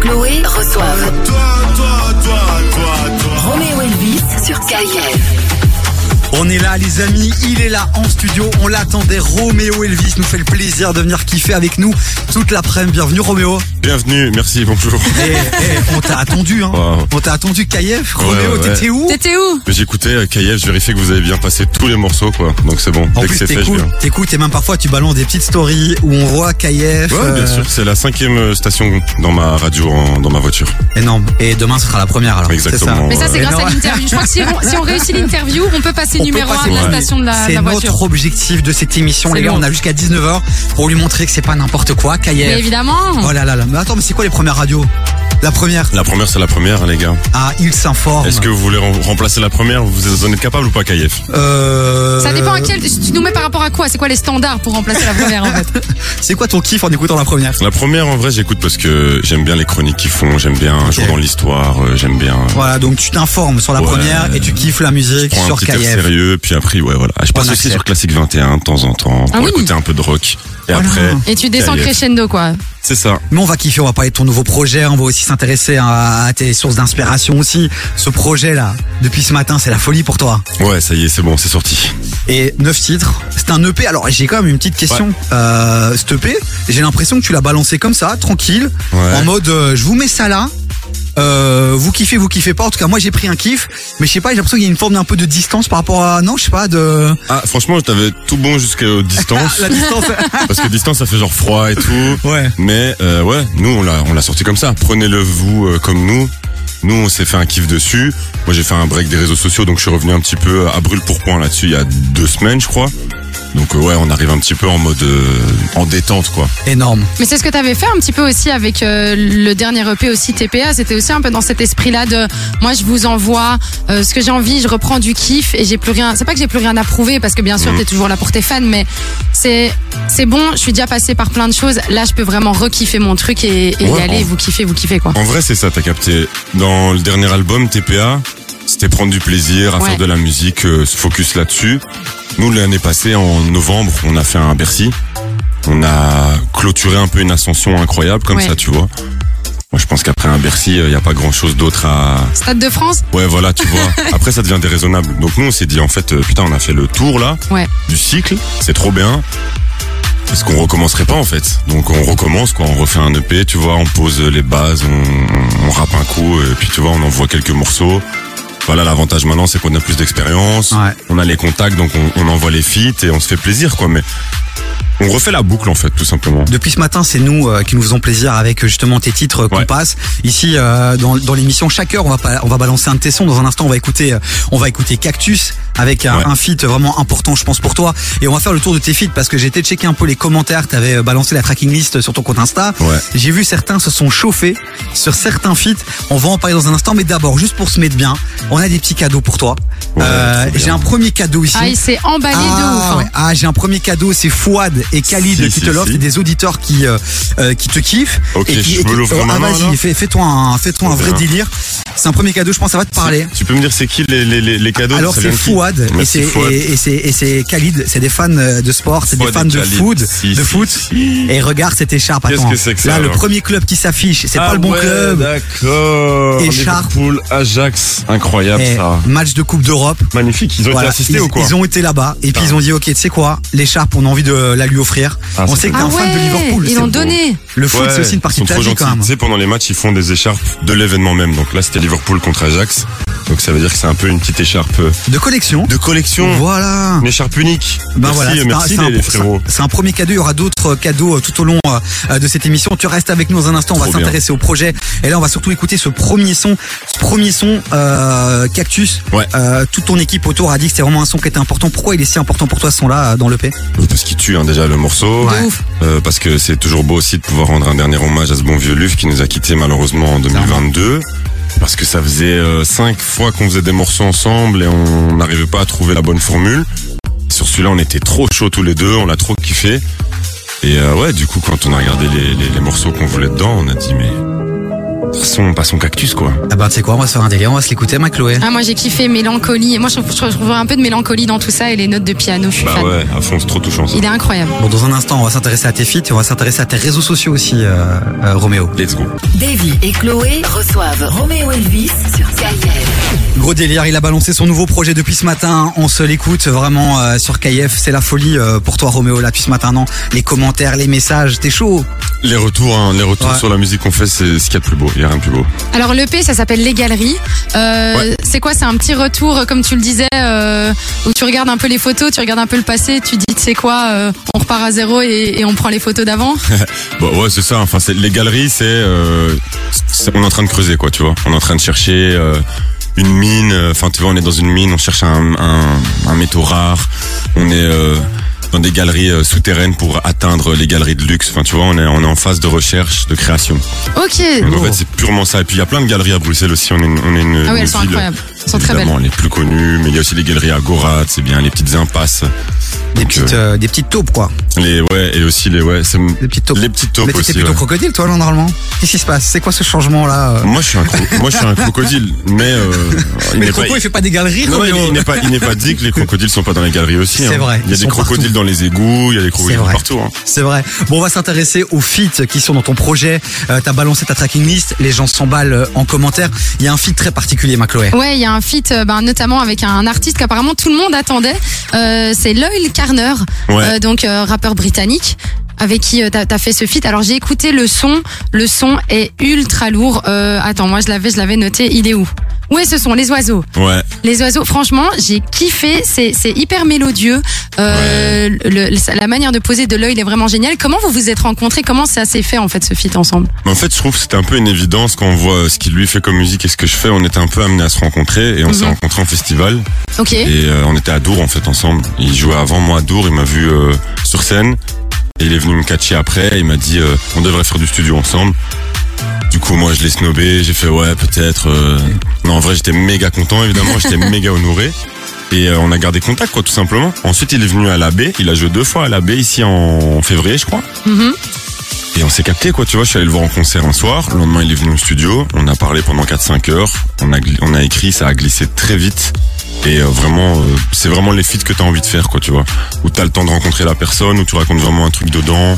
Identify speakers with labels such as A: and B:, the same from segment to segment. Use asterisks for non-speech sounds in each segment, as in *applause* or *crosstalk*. A: Chloé reçoivent
B: Toi, toi, toi, toi, toi.
A: Roméo Elvis sur KIF.
C: On est là les amis, il est là en studio, on l'attendait, Roméo Elvis nous fait le plaisir de venir kiffer avec nous toute l'après-midi. Bienvenue Roméo.
B: Bienvenue, merci, bonjour.
C: Et, on t'a attendu hein.
B: Wow.
C: On t'a attendu Kayef,
B: Ouais,
C: Roméo,
B: ouais, ouais.
C: t'étais où
D: T'étais où
B: Mais J'écoutais euh, KF, je vérifiais que vous avez bien passé tous les morceaux, quoi. Donc c'est bon,
C: En
B: dès que
C: plus
B: c'est fait, je
C: t'écoutes,
B: viens.
C: t'écoutes et même parfois tu balances des petites stories où on voit Kayef.
B: Ouais, bien sûr, c'est la cinquième euh, station dans ma radio, en- dans ma voiture.
C: Énorme. Et demain ce sera la première alors.
B: Exactement,
C: C'est
D: Mais
C: ça.
D: ça, c'est
C: Euh,
D: grâce
C: non.
D: à l'interview. Je crois que si on, si on réussit l'interview, on peut passer
C: On peut
D: numéro
C: passer,
D: 1 de la
C: ouais.
D: station de la,
C: C'est
D: euh, la voiture.
C: notre objectif de cette émission
D: C'est
C: les gars.
D: bon.
C: On a jusqu'à 19h pour lui montrer que c'est pas n'importe quoi
D: Mais
C: Kayef.
D: évidemment.
C: Oh là là là. Mais attends mais c'est quoi les premières radios La première.
B: La première, c'est la première, hein, les gars.
C: Ah il s'informe.
B: Est-ce que vous voulez rem- remplacer la première Vous en êtes capable ou pas, KF
C: Euh...
D: Ça dépend à quel. Tu nous mets par rapport à quoi C'est quoi les standards pour remplacer la première en fait
C: *laughs* C'est quoi ton kiff en écoutant la première
B: La première, en vrai, j'écoute parce que j'aime bien les chroniques qu'ils font, j'aime bien un jour dans l'histoire, euh, j'aime bien. euh,
C: Voilà, donc tu t'informes sur la
B: Ouais.
C: première et tu kiffes la musique
B: prends un
C: sur
B: petit air
C: KF.
B: sérieux, puis après, ouais, voilà. Je passe aussi
C: accepte.
B: sur Classique 21 de temps en temps pour
D: Ah oui.
B: écouter un peu de rock. Et
C: Voilà.
B: après,
D: Et tu descends
B: KIF.
D: crescendo quoi.
B: c'est ça.
C: Mais on va kiffer, on va parler de ton nouveau projet, hein. on va aussi s'intéresser à, à tes sources d'inspiration aussi. Ce projet-là, depuis ce matin, c'est la folie pour toi.
B: Ouais, ça y est, c'est bon, c'est sorti.
C: Et 9 titres, c'est un EP. Alors j'ai quand même une petite question. Euh, cet EP, j'ai l'impression que tu l'as balancé comme ça, tranquille,
B: Ouais.
C: en mode euh, je vous mets ça là. Euh, vous kiffez, vous kiffez pas. En tout cas, moi j'ai pris un kiff, mais je sais pas, j'ai l'impression qu'il y a une forme d'un peu de distance par rapport à non, je sais pas, de
B: Ah, franchement, t'avais tout bon jusqu'à
C: *laughs*
B: distance.
C: la distance.
B: parce que distance, ça fait genre froid et tout.
C: ouais.
B: Mais euh, ouais, nous, on l'a, on l'a sorti comme ça. Prenez-le vous euh, comme nous. Nous, on s'est fait un kiff dessus. Moi, j'ai fait un break des réseaux sociaux, donc je suis revenu un petit peu à brûle pour point là-dessus il y a deux semaines, je crois. Donc euh, ouais, on arrive un petit peu en mode euh, en détente, quoi.
C: Énorme.
D: Mais c'est ce que tu avais fait un petit peu aussi avec euh, le dernier EP aussi TPA. C'était aussi un peu dans cet esprit-là de moi je vous envoie euh, ce que j'ai envie, je reprends du kiff et j'ai plus rien. C'est pas que j'ai plus rien à prouver parce que bien sûr
C: Mmh.
B: Mhm.
D: t'es toujours là pour tes fans, mais c'est c'est bon. Je suis déjà passé par plein de choses. Là je peux vraiment re-kiffer mon truc et, et
B: Ouais,
D: y aller.
B: en-
D: Et vous kiffez, vous kiffez quoi.
B: En vrai, c'est ça, t'as capté. Dans le dernier album, TPA, c'était prendre du plaisir, à
D: Ouais.
B: faire de la musique, euh, se focus là-dessus. Nous, l'année passée, en novembre, on a fait un Bercy. On a clôturé un peu une ascension incroyable, comme
D: Ouais.
B: ça, tu vois. Moi, je pense qu'après un Bercy, il n'y a pas grand-chose d'autre à...
D: Stade de France.
B: Ouais, voilà, tu
C: *laughs*
B: vois. Après, ça devient déraisonnable. Donc, nous, on s'est dit, en fait, euh, putain, on a fait le tour, là,
D: Ouais.
B: du cycle. C'est trop bien. Parce qu'on recommencerait pas, en fait. Donc, on recommence, quoi. On refait un EP, tu vois, on pose euh, les bases, on, on rappe un coup, et puis, tu vois, on envoie quelques morceaux. Voilà, l'avantage maintenant, c'est qu'on a plus d'expérience.
C: Ouais.
B: On a les contacts, donc on, on envoie les feats et on se fait plaisir, quoi. Mais on refait la boucle, en fait, tout simplement.
C: Depuis ce matin, c'est nous euh, qui nous faisons plaisir avec euh, justement tes titres euh, qu'on
B: Ouais.
C: passe ici euh, dans, dans l'émission. Chaque heure, on va pas- on va balancer un de tes sons. Dans un instant, on va écouter euh, on va écouter Cactus avec un,
B: Ouais.
C: un feat vraiment important, je pense pour toi. Et on va faire le tour de tes feats parce que j'ai été checker un peu les commentaires. T'avais euh, balancé la tracking list sur ton compte Insta.
B: Ouais.
C: J'ai vu certains se sont chauffés sur certains feats. On va en parler dans un instant, mais d'abord, juste pour se mettre bien, on a des petits cadeaux pour toi.
B: Ouais,
C: Euh,
B: trop bien.
C: j'ai un premier cadeau ici.
D: Ah il s'est emballé de ouf.
C: Ah,
D: hein.
C: ouais. Ah, j'ai un premier cadeau, c'est Fouad et Khalid
B: Si,
C: qui
B: si,
C: te l'offrent,
B: si.
C: c'est des auditeurs qui euh, euh, qui te kiffent.
B: Ok,
C: et qui,
B: je
C: et
B: me
C: qui-
B: l'ouvre
C: oh, Ah
B: maintenant,
C: vas-y,
B: alors
C: fais, fais-toi un, fais-toi un
B: Trop
C: vrai
B: bien.
C: délire. C'est un premier cadeau, je pense, ça va te parler.
B: Tu peux me dire, c'est qui les, les, les, les cadeaux
C: hein. Alors
B: ça
C: c'est
B: vient de qui
C: Fouad et
B: Merci,
C: c'est
B: Fouad.
C: et, et c'est et c'est Khalid, c'est des fans euh, de sport, c'est des
B: Fouad
C: fans
B: et
C: de
B: Khalid.
C: foot,
B: Si,
C: de
B: si,
C: foot.
B: si.
C: Et regarde cette écharpe,
B: Qu'est-ce
C: attends.
B: que c'est que ça,
C: Là le
B: alors
C: premier club qui s'affiche, c'est
B: Ah
C: pas le bon
B: ouais,
C: club.
B: D'accord.
C: Écharpe.
B: Liverpool, Ajax, incroyable
C: Eh,
B: ça.
C: match de Coupe d'Europe.
B: Magnifique. Ils ont
C: Voilà,
B: été assistés
C: ils,
B: ou quoi
C: ils ont été là-bas et puis
B: Ah.
C: ils ont dit ok tu sais quoi l'écharpe on a envie de la lui offrir
B: Ah,
C: on
B: c'est
C: sait que t'es
D: Ah
C: un fan de
D: ouais,
C: Liverpool
D: ils
C: c'est
D: l'ont
C: beau.
D: donné.
C: le foot c'est
B: Ouais,
C: aussi une partie
B: ils
C: de
B: sont
C: ta
B: trop
C: vie quand
B: gentils.
C: même
B: Tu sais, pendant les matchs, ils font des écharpes de l'événement même. Donc là, c'était Liverpool contre Ajax. Donc ça veut dire que c'est un peu une petite écharpe euh,
C: de collection
B: de collection.
C: voilà
B: Une écharpe unique.
C: Ben
B: merci,
C: voilà, c'est un-
B: merci
C: c'est un,
B: les, les
C: c'est un-
B: frérots.
C: c'est un premier cadeau. Il y aura d'autres euh, cadeaux euh, tout au long euh, euh, de cette émission. Tu restes avec nous dans un instant. On va
B: Trop bien.
C: s'intéresser au projet. Et là, on va surtout écouter ce premier son, ce premier son euh, Cactus.
B: Ouais.
C: Euh, toute ton équipe autour a dit que c'était vraiment un son qui était important. Pourquoi il est si important pour toi ce son-là euh, dans le P
B: Euh, Parce qu'il tue hein, déjà le morceau.
D: De ouf.
B: Euh, parce que c'est toujours beau aussi de pouvoir rendre un dernier hommage à ce bon vieux Luf qui nous a quittés malheureusement en 2022. Parce que ça faisait euh, cinq fois qu'on faisait des morceaux ensemble et on n'arrivait pas à trouver la bonne formule. Sur celui-là, on était trop chaud tous les deux, on l'a trop kiffé. Et euh, ouais, du coup, quand on a regardé les, les- les morceaux qu'on voulait dedans, on a dit mais son, pas son cactus, quoi.
C: Ah bah, tu sais quoi, on va se faire un délire, on va se l'écouter, ma Chloé.
D: Ah, moi j'ai kiffé Mélancolie. Moi je trouve, je trouve- je trouve un peu de mélancolie dans tout ça et les notes de piano. Je suis
B: Bah
D: fan.
B: ouais, à fond, c'est trop touchant ça.
D: Il est incroyable.
C: Bon, dans un instant, on va s'intéresser à tes feats et on va s'intéresser à tes réseaux sociaux aussi, euh, euh, Roméo.
B: Let's go.
A: Davy et Chloé reçoivent Roméo Elvis sur KIF.
C: Gros délire, il a balancé son nouveau projet depuis ce matin. On se l'écoute vraiment euh, sur KF. C'est la folie euh, pour toi, Roméo, là, depuis ce matin, non Les commentaires, les messages, t'es chaud
B: Les retours, hein, les retours
C: Ouais.
B: sur la musique qu'on fait, c'est ce qu'il y a de plus beau. Il y a rien de plus beau.
D: Alors l'EP ça s'appelle Les Galeries. Euh, C'est quoi C'est un petit retour euh, comme tu le disais euh, où tu regardes un peu les photos, tu regardes un peu le passé, tu dis tu sais quoi, euh, on repart à zéro et, et on prend les
B: *laughs*
D: photos d'avant.
B: Bah ouais, c'est ça. Enfin, c'est les galeries, c'est euh, c'est- on est en train de creuser, quoi. Tu vois, on est en train de chercher euh, une mine. euh, Enfin, tu vois, on est dans une mine, on cherche un un, un métaux rare. On est euh, dans des galeries euh, souterraines pour atteindre les galeries de luxe. Enfin, tu vois, on est on est en phase de recherche, de création.
D: Ok.
B: Donc, en
C: Oh.
B: fait, c'est purement ça. Et puis, il y a plein de galeries à Bruxelles aussi. On est une, on est une,
D: Ah
B: une
D: oui elles sont
B: ville,
D: incroyables. Elles sont très belles.
B: évidemment, les plus connues, mais il y a aussi les galeries à Gorat, c'est bien, les petites impasses.
C: Des
B: Donc,
C: petites,
B: euh,
C: euh, des petites taupes, quoi.
B: les, ouais, et aussi les, ouais, c'est-
C: Des petites taupes.
B: les petites taupes
C: Mais t'étais
B: aussi.
C: plutôt
B: ouais.
C: crocodile, toi, là, normalement Qu'est-ce qui se passe C'est quoi ce changement-là euh
B: Moi, je suis un, cro- moi, je suis un crocodile, mais, euh, il n'est
C: Mais le
B: pas,
C: croco, il fait pas des galeries,
B: bah, non, mais
C: Roméo.
B: il n'est pas, il n'est pas dit que les crocodiles sont pas dans les galeries aussi.
C: C'est
B: hein.
C: vrai,
B: Il y a
C: ils
B: des
C: sont
B: crocodiles
C: partout.
B: dans les égouts, il y a des crocodiles
C: vrai.
B: partout. hein.
C: C'est vrai. Bon, on va s'intéresser aux feats qui sont dans ton projet. Euh, T'as balancé ta tracking list, les gens s'emballent euh, en commentaire. Il y a un feat très particulier, ma Chloé.
D: Ouais, il y a un feat euh, ben, notamment avec un artiste qu'apparemment tout le monde attendait. Euh, c'est Loil Carner,
B: Ouais.
D: euh, donc euh, rappeur britannique. Avec qui euh, t'as t'as fait ce feat Alors j'ai écouté le son, le son est ultra lourd. Euh, attends, moi je l'avais, je l'avais noté. Il est où Où est ce son Les oiseaux.
B: Ouais.
D: Les oiseaux. Franchement, j'ai kiffé. C'est c'est hyper mélodieux. Euh, le- le- la manière de poser de l'œil est vraiment géniale. Comment vous vous êtes rencontrés Comment ça s'est fait en fait ce feat ensemble
B: Mais en fait, je trouve que c'était un peu une évidence quand on voit ce qu'il lui fait comme musique et ce que je fais. On était un peu amenés à se rencontrer et on s'est
D: Mhm.
B: rencontrés en festival.
D: Ok.
B: Et euh, on était à Dour en fait ensemble. Il jouait avant moi à Dour, il m'a vu euh, sur scène. Et il est venu me catcher après, il m'a dit euh, on devrait faire du studio ensemble. Du coup moi je l'ai snobé, j'ai fait ouais peut-être. euh. Non en vrai j'étais méga content évidemment, j'étais méga honoré. Et euh, on a gardé contact quoi tout simplement. Ensuite il est venu à la baie, il a joué deux fois à la baie ici en février je crois.
D: Mhm.
B: Et on s'est capté quoi, tu vois, je suis allé le voir en concert un soir, le lendemain il est venu au studio, on a parlé pendant 4-5 heures, on a, gli- on a écrit, ça a glissé très vite. Et euh, vraiment, euh, c'est vraiment les feats que t'as envie de faire quoi, tu vois. Où t'as le temps de rencontrer la personne, où tu racontes vraiment un truc dedans,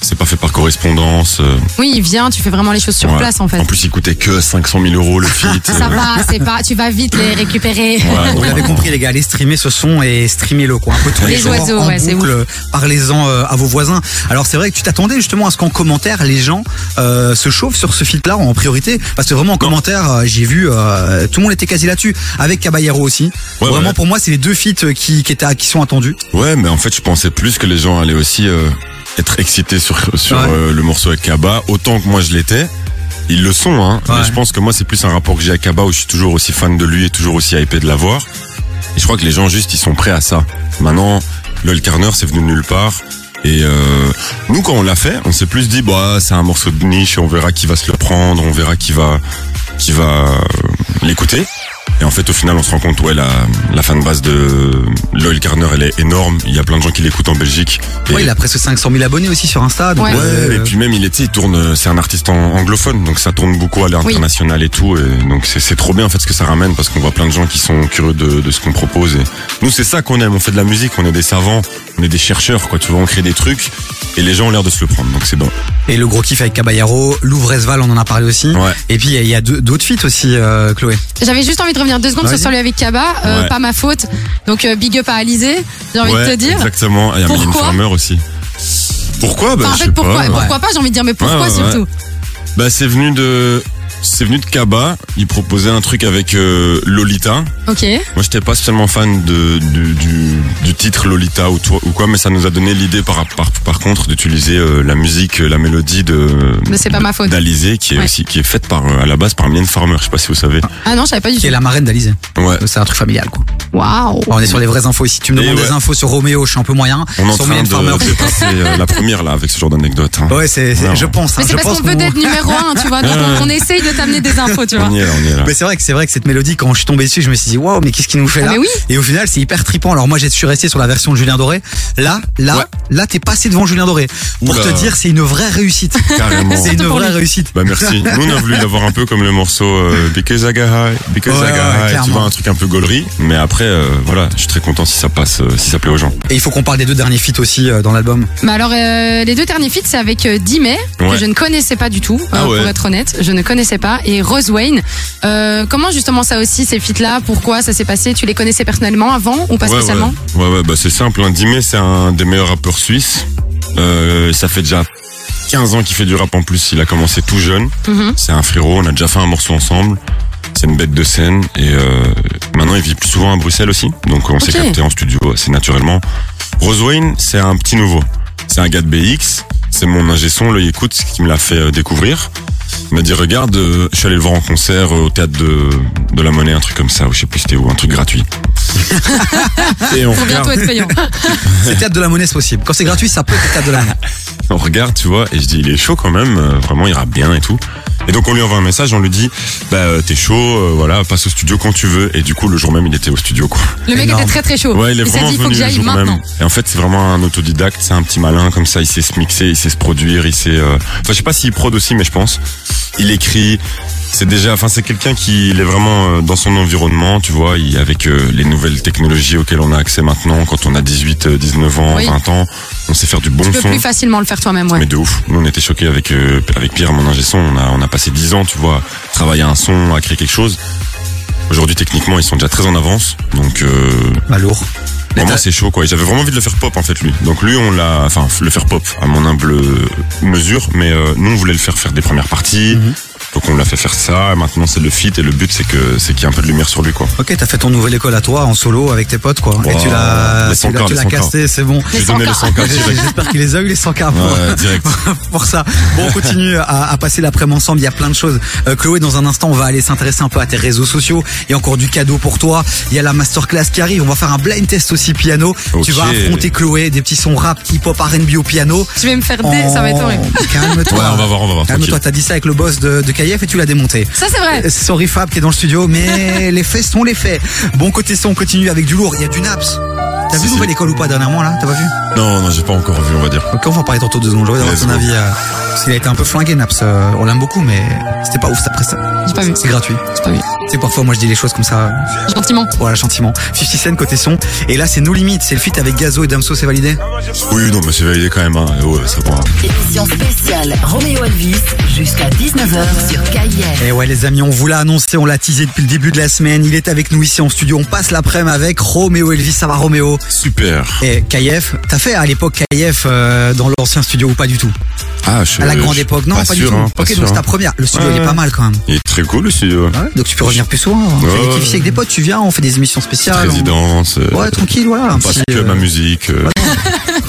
B: c'est pas fait par correspondance. euh,
D: Oui, il vient. Tu fais vraiment les choses sur
B: ouais.
D: place en fait.
B: En plus il coûtait que 500 000 euros le feat.
D: *laughs* Ça va, c'est pas, tu vas vite les récupérer.
B: Ouais,
C: Vous
B: ouais.
C: l'avez compris les gars, allez streamer ce son et streamer-le quoi. Un peu tous les,
D: Les
C: jours,
D: oiseaux,
C: en
D: ouais, c'est
C: boucle, parlez-en euh, à vos voisins. Alors c'est vrai que tu t'attendais justement à ce qu'en commentaire les gens euh, se chauffent sur ce feat là en priorité parce que vraiment en commentaire euh, j'ai vu euh, tout le monde était quasi là-dessus avec Caballero aussi.
B: Ouais,
C: vraiment
B: ouais.
C: pour moi c'est les deux feats euh, qui qui, étaient, qui sont attendus.
B: Ouais, mais en fait, je pensais plus que les gens allaient aussi euh, être excités sur sur
C: Ouais.
B: euh, le morceau avec Kaba, autant que moi je l'étais. Ils le sont, hein.
C: Ouais.
B: Mais je pense que moi, c'est plus un rapport que j'ai à Kaba où je suis toujours aussi fan de lui et toujours aussi hypé de l'avoir. Et je crois que les gens juste, ils sont prêts à ça. Maintenant, LOL Carner, c'est venu de nulle part. Et euh, nous, quand on l'a fait, on s'est plus dit, bah, c'est un morceau de niche, on verra qui va se le prendre, on verra qui va, qui va euh, l'écouter. Et en fait, au final, on se rend compte, ouais, la, la fanbase de Loyal Carner, elle est énorme. Il y a plein de gens qui l'écoutent en Belgique. Et,
C: Ouais, il a presque 500 000 abonnés aussi sur Insta. Donc,
D: Ouais.
C: euh,
B: Ouais, et puis même, il était, il tourne, euh, c'est un artiste en- anglophone, donc ça tourne beaucoup à l'international et tout. Et donc, c'est c'est trop bien, en fait, ce que ça ramène, parce qu'on voit plein de gens qui sont curieux de, de ce qu'on propose. Et nous, c'est ça qu'on aime. On fait de la musique, on est des savants, on est des chercheurs, quoi. Tu vois, on crée des trucs, et les gens ont l'air de se le prendre, donc c'est bon.
C: Et le gros kiff avec Caballero, Louvresval on en a parlé aussi.
D: Mmh.
B: Ouais.
C: Et puis il y a- il y a deux- d'autres feats aussi euh, Chloé.
D: J'avais juste envie de revenir deux secondes sur
C: Vas-y.
D: celui avec Kaba, euh,
B: Ouais.
D: pas ma faute. Donc euh, big up à Alizé, j'ai envie de
B: Ouais,
D: te dire.
B: Exactement. Et il y a Mylène
D: Pourquoi
B: Farmer aussi. Pourquoi bah,
D: Enfin, en
B: je
D: fait,
B: sais
D: pourquoi,
B: pas.
D: pourquoi pas J'ai envie de dire, mais pourquoi
B: Ouais, ouais,
D: surtout
B: Bah c'est venu de c'est venu de Kaba, il proposait un truc avec euh, Lolita.
D: Ok.
B: Moi j'étais pas spécialement fan de, du, du, du titre Lolita ou, toi- ou quoi, mais ça nous a donné l'idée par, par, par contre d'utiliser euh, la musique, euh, la mélodie de
D: Mais c'est pas ma faute.
B: d'Alizé qui est
D: Ouais.
B: aussi qui est faite par euh, à la base par Mylène Farmer, je sais pas si vous savez.
D: Ah non, je savais pas du
C: Qui est
D: tout.
C: la marraine d'Alizé.
B: Ouais.
C: C'est un truc familial quoi.
D: Waouh.
C: Ah, On est sur les vraies infos ici. Tu me
B: Et
C: demandes des
B: ouais.
C: infos sur Roméo, je suis un peu moyen.
B: On est en
C: sur
B: train
C: Mylène Farmer.
B: de dépasser euh, la première là avec ce genre d'anecdote. hein.
C: Ouais, c'est, c'est-
B: Non.
C: je pense. hein,
D: Mais c'est
C: je
D: parce
C: pense
D: qu'on veut
C: qu'on-
D: être numéro un, tu vois. Donc on, on essaye de de t'amener des infos,
C: Ah.
D: tu vois.
B: On y est là, on
C: *laughs*
B: y est là.
C: *laughs* Mais c'est vrai que c'est vrai que cette mélodie, quand je suis tombé dessus, je me suis dit waouh, mais qu'est-ce qui nous fait
D: Ah,
C: là
D: mais oui.
C: Et au final, c'est hyper trippant. Alors moi, j'ai suis resté sur la version de Julien Doré. Là, là,
B: Ouais.
C: là, t'es passé devant Julien Doré. Pour
B: Oula.
C: te dire, c'est une vraie
D: *laughs*
C: réussite.
B: Carrément.
C: C'est une
D: pour
C: vraie
D: lui.
C: réussite.
B: Bah merci. Nous on a voulu l'avoir un peu comme le morceau euh, Because I Got High, Because I Got
C: Ouais, ouais,
B: High, tu
C: clairement.
B: vois un truc un peu gaulerie, mais après euh, voilà, je suis très content si ça passe, euh, si ça plaît aux gens.
C: Et il faut qu'on parle des deux derniers feats aussi euh, dans l'album.
D: Mais alors, euh, les deux derniers feats, c'est avec euh, Dimet,
B: Ouais.
D: que je ne connaissais pas du tout,
B: Ah
D: euh,
B: ouais.
D: pour être honnête. Je ne connaissais pas. Et Rose Wayne, euh, comment justement ça aussi, ces feats-là Pourquoi ça s'est passé Tu les connaissais personnellement avant ou pas
B: ouais,
D: spécialement
B: ouais. ouais, ouais, bah c'est simple. Hein. Dimé, c'est un des meilleurs rappeurs suisses. Euh, ça fait déjà 15 ans qu'il fait du rap en plus. Il a commencé tout jeune.
D: Mhm.
B: C'est un frérot. On a déjà fait un morceau ensemble. C'est une bête de scène. Et euh, maintenant, il vit plus souvent à Bruxelles aussi. Donc, on s'est
D: Ok.
B: capté en studio assez naturellement. Rose Wayne, c'est un petit nouveau. C'est un gars de BX. C'est mon ingé son, l'œil écoute, qui me l'a fait euh, découvrir. Il m'a dit, regarde, euh, je suis allé le voir en concert euh, au théâtre de, de la Monnaie, un truc comme ça, ou je sais plus c'était où, un truc
D: *laughs*
B: gratuit. Et on
D: Pour bientôt
B: *laughs*
D: être payant.
C: C'est théâtre de la monnaie c'est possible. Quand c'est gratuit, ça peut être théâtre
B: *laughs*
C: de la monnaie.
B: on regarde, tu vois, et je dis, il est chaud quand même, euh, vraiment, il rappe bien et tout. Et donc, on lui envoie un message, on lui dit, bah, euh, t'es chaud, euh, voilà, passe au studio quand tu veux. Et du coup, le jour même, il était au studio, quoi.
D: Le mec
C: Énorme.
D: était très très chaud.
B: Ouais, il est
D: s'est
B: vraiment
D: dit, Oh, il faut
B: venu
D: que
B: le
D: j'aille
B: jour
D: maintenant.
B: même. Et en fait, c'est vraiment un autodidacte, c'est un petit malin, comme ça, il sait se mixer, il sait se produire, il sait, euh, enfin, je sais pas s'il prod aussi, mais je pense. Il écrit, c'est déjà, enfin, c'est quelqu'un qui, il est vraiment euh, dans son environnement, tu vois, il, avec euh, les nouvelles technologies auxquelles on a accès maintenant, quand on a 18, euh, 19 ans,
D: Oui.
B: 20 ans, on sait faire du bon
D: Tu peux
B: son.
D: plus facilement le faire toi-même, ouais.
B: Mais de ouf. Nous, on était choqués avec, euh, avec Pierre, mon ingé son. On a, on a passé 10 ans, tu vois, à travailler un son, à créer quelque chose. Aujourd'hui, techniquement, ils sont déjà très en avance. Donc, euh,
C: Bah lourd. Mais
B: vraiment,
C: t'as-
B: c'est chaud, quoi. Et j'avais vraiment envie de le faire pop, en fait, lui. Donc, lui, on l'a, enfin, le faire pop, à mon humble euh, mesure. Mais euh, nous, on voulait le faire faire des premières parties.
C: Mhm.
B: Donc, on l'a fait faire ça. Maintenant, c'est le feat. Et le but, c'est que, c'est qu'il y ait un peu de lumière sur lui, quoi.
C: Ok, t'as fait ton nouvelle école à toi en solo avec tes potes quoi. Et
B: Wow.
C: tu l'as,
B: Les
C: tu l'as-
B: 100K,
C: tu l'as
B: les 100K.
C: casté, c'est bon.
D: Les
B: J'ai donné les 100
C: *laughs*
B: direct.
C: J'espère qu'il les a eu les 100K pour,
B: Ouais, direct.
C: *laughs* pour ça. Bon, on continue à, à passer l'après-midi ensemble. Il y a plein de choses. Euh, Chloé, dans un instant, on va aller s'intéresser un peu à tes réseaux sociaux. Il y a encore du cadeau pour toi. Il y a la masterclass qui arrive. On va faire un blind test aussi piano.
B: Ok.
C: Tu vas affronter Chloé, des petits sons rap, hip-hop, R&B au piano.
D: Je vais me faire dé, ça va être horrible.
B: Oh.
C: En- *laughs*
B: *laughs*
C: Calme-toi.
B: Ouais, on va voir, on va voir,
C: Calme-toi,
B: tranquille.
C: t'as dit ça avec le boss de, de KF et tu l'as démonté.
D: Ça, c'est vrai.
C: Euh, Sorry Fab qui est dans le
B: *laughs*
C: studio, mais les faits sont les faits. Bon côté son, on continue avec du lourd, il y a du naps. T'as
B: Si,
C: vu
B: si.
C: Nouvelle École ou pas dernièrement là T'as pas vu
B: Non, non, j'ai pas encore vu, on va dire.
C: Ok, on va en parler tantôt deux secondes. Je voudrais avoir
B: Let's
C: ton
B: go.
C: avis. euh, parce qu'il a été un peu flingué Naps, euh, on l'aime beaucoup, mais c'était pas ouf après ça.
D: J'ai pas vu.
C: C'est gratuit.
D: J'ai pas vu.
C: C'est parfois moi je dis les choses comme ça, euh,
D: Gentiment. *laughs*
C: voilà gentiment. 50 Cent côté son, et là c'est No limites, c'est le feat avec Gazo et Damso, c'est validé
B: Oui, non, mais c'est validé quand même, hein. Et Ouais, ça va.
A: Émission spéciale Roméo Elvis jusqu'à 19h sur KIF.
C: Et Eh ouais les amis, on vous l'a annoncé, on l'a teasé depuis le début de la semaine, il est avec nous ici en studio, on passe l'après-midi avec Roméo Elvis, ça va Roméo
B: Super.
C: Et Kayef, t'as fait à l'époque Kayef euh, dans l'ancien studio ou pas du tout
B: Ah, je,
C: À la
B: je
C: grande
B: suis
C: époque, non, pas, du
B: sûr,
C: tout.
B: hein, pas
C: ok,
B: sûr,
C: donc c'est
B: hein.
C: ta première. Le studio
B: Ouais,
C: il est pas
B: ouais.
C: mal quand même.
B: Il est très cool hein. le studio.
C: Donc tu peux revenir plus souvent. On fait
B: Ouais,
C: des
B: ouais.
C: kiffs avec des potes, tu viens, on fait des émissions spéciales. on-
B: Résidence. euh,
C: Ah, Ouais, tranquille, voilà. un
B: Parce
C: petit,
B: que
C: euh,
B: ma musique. euh,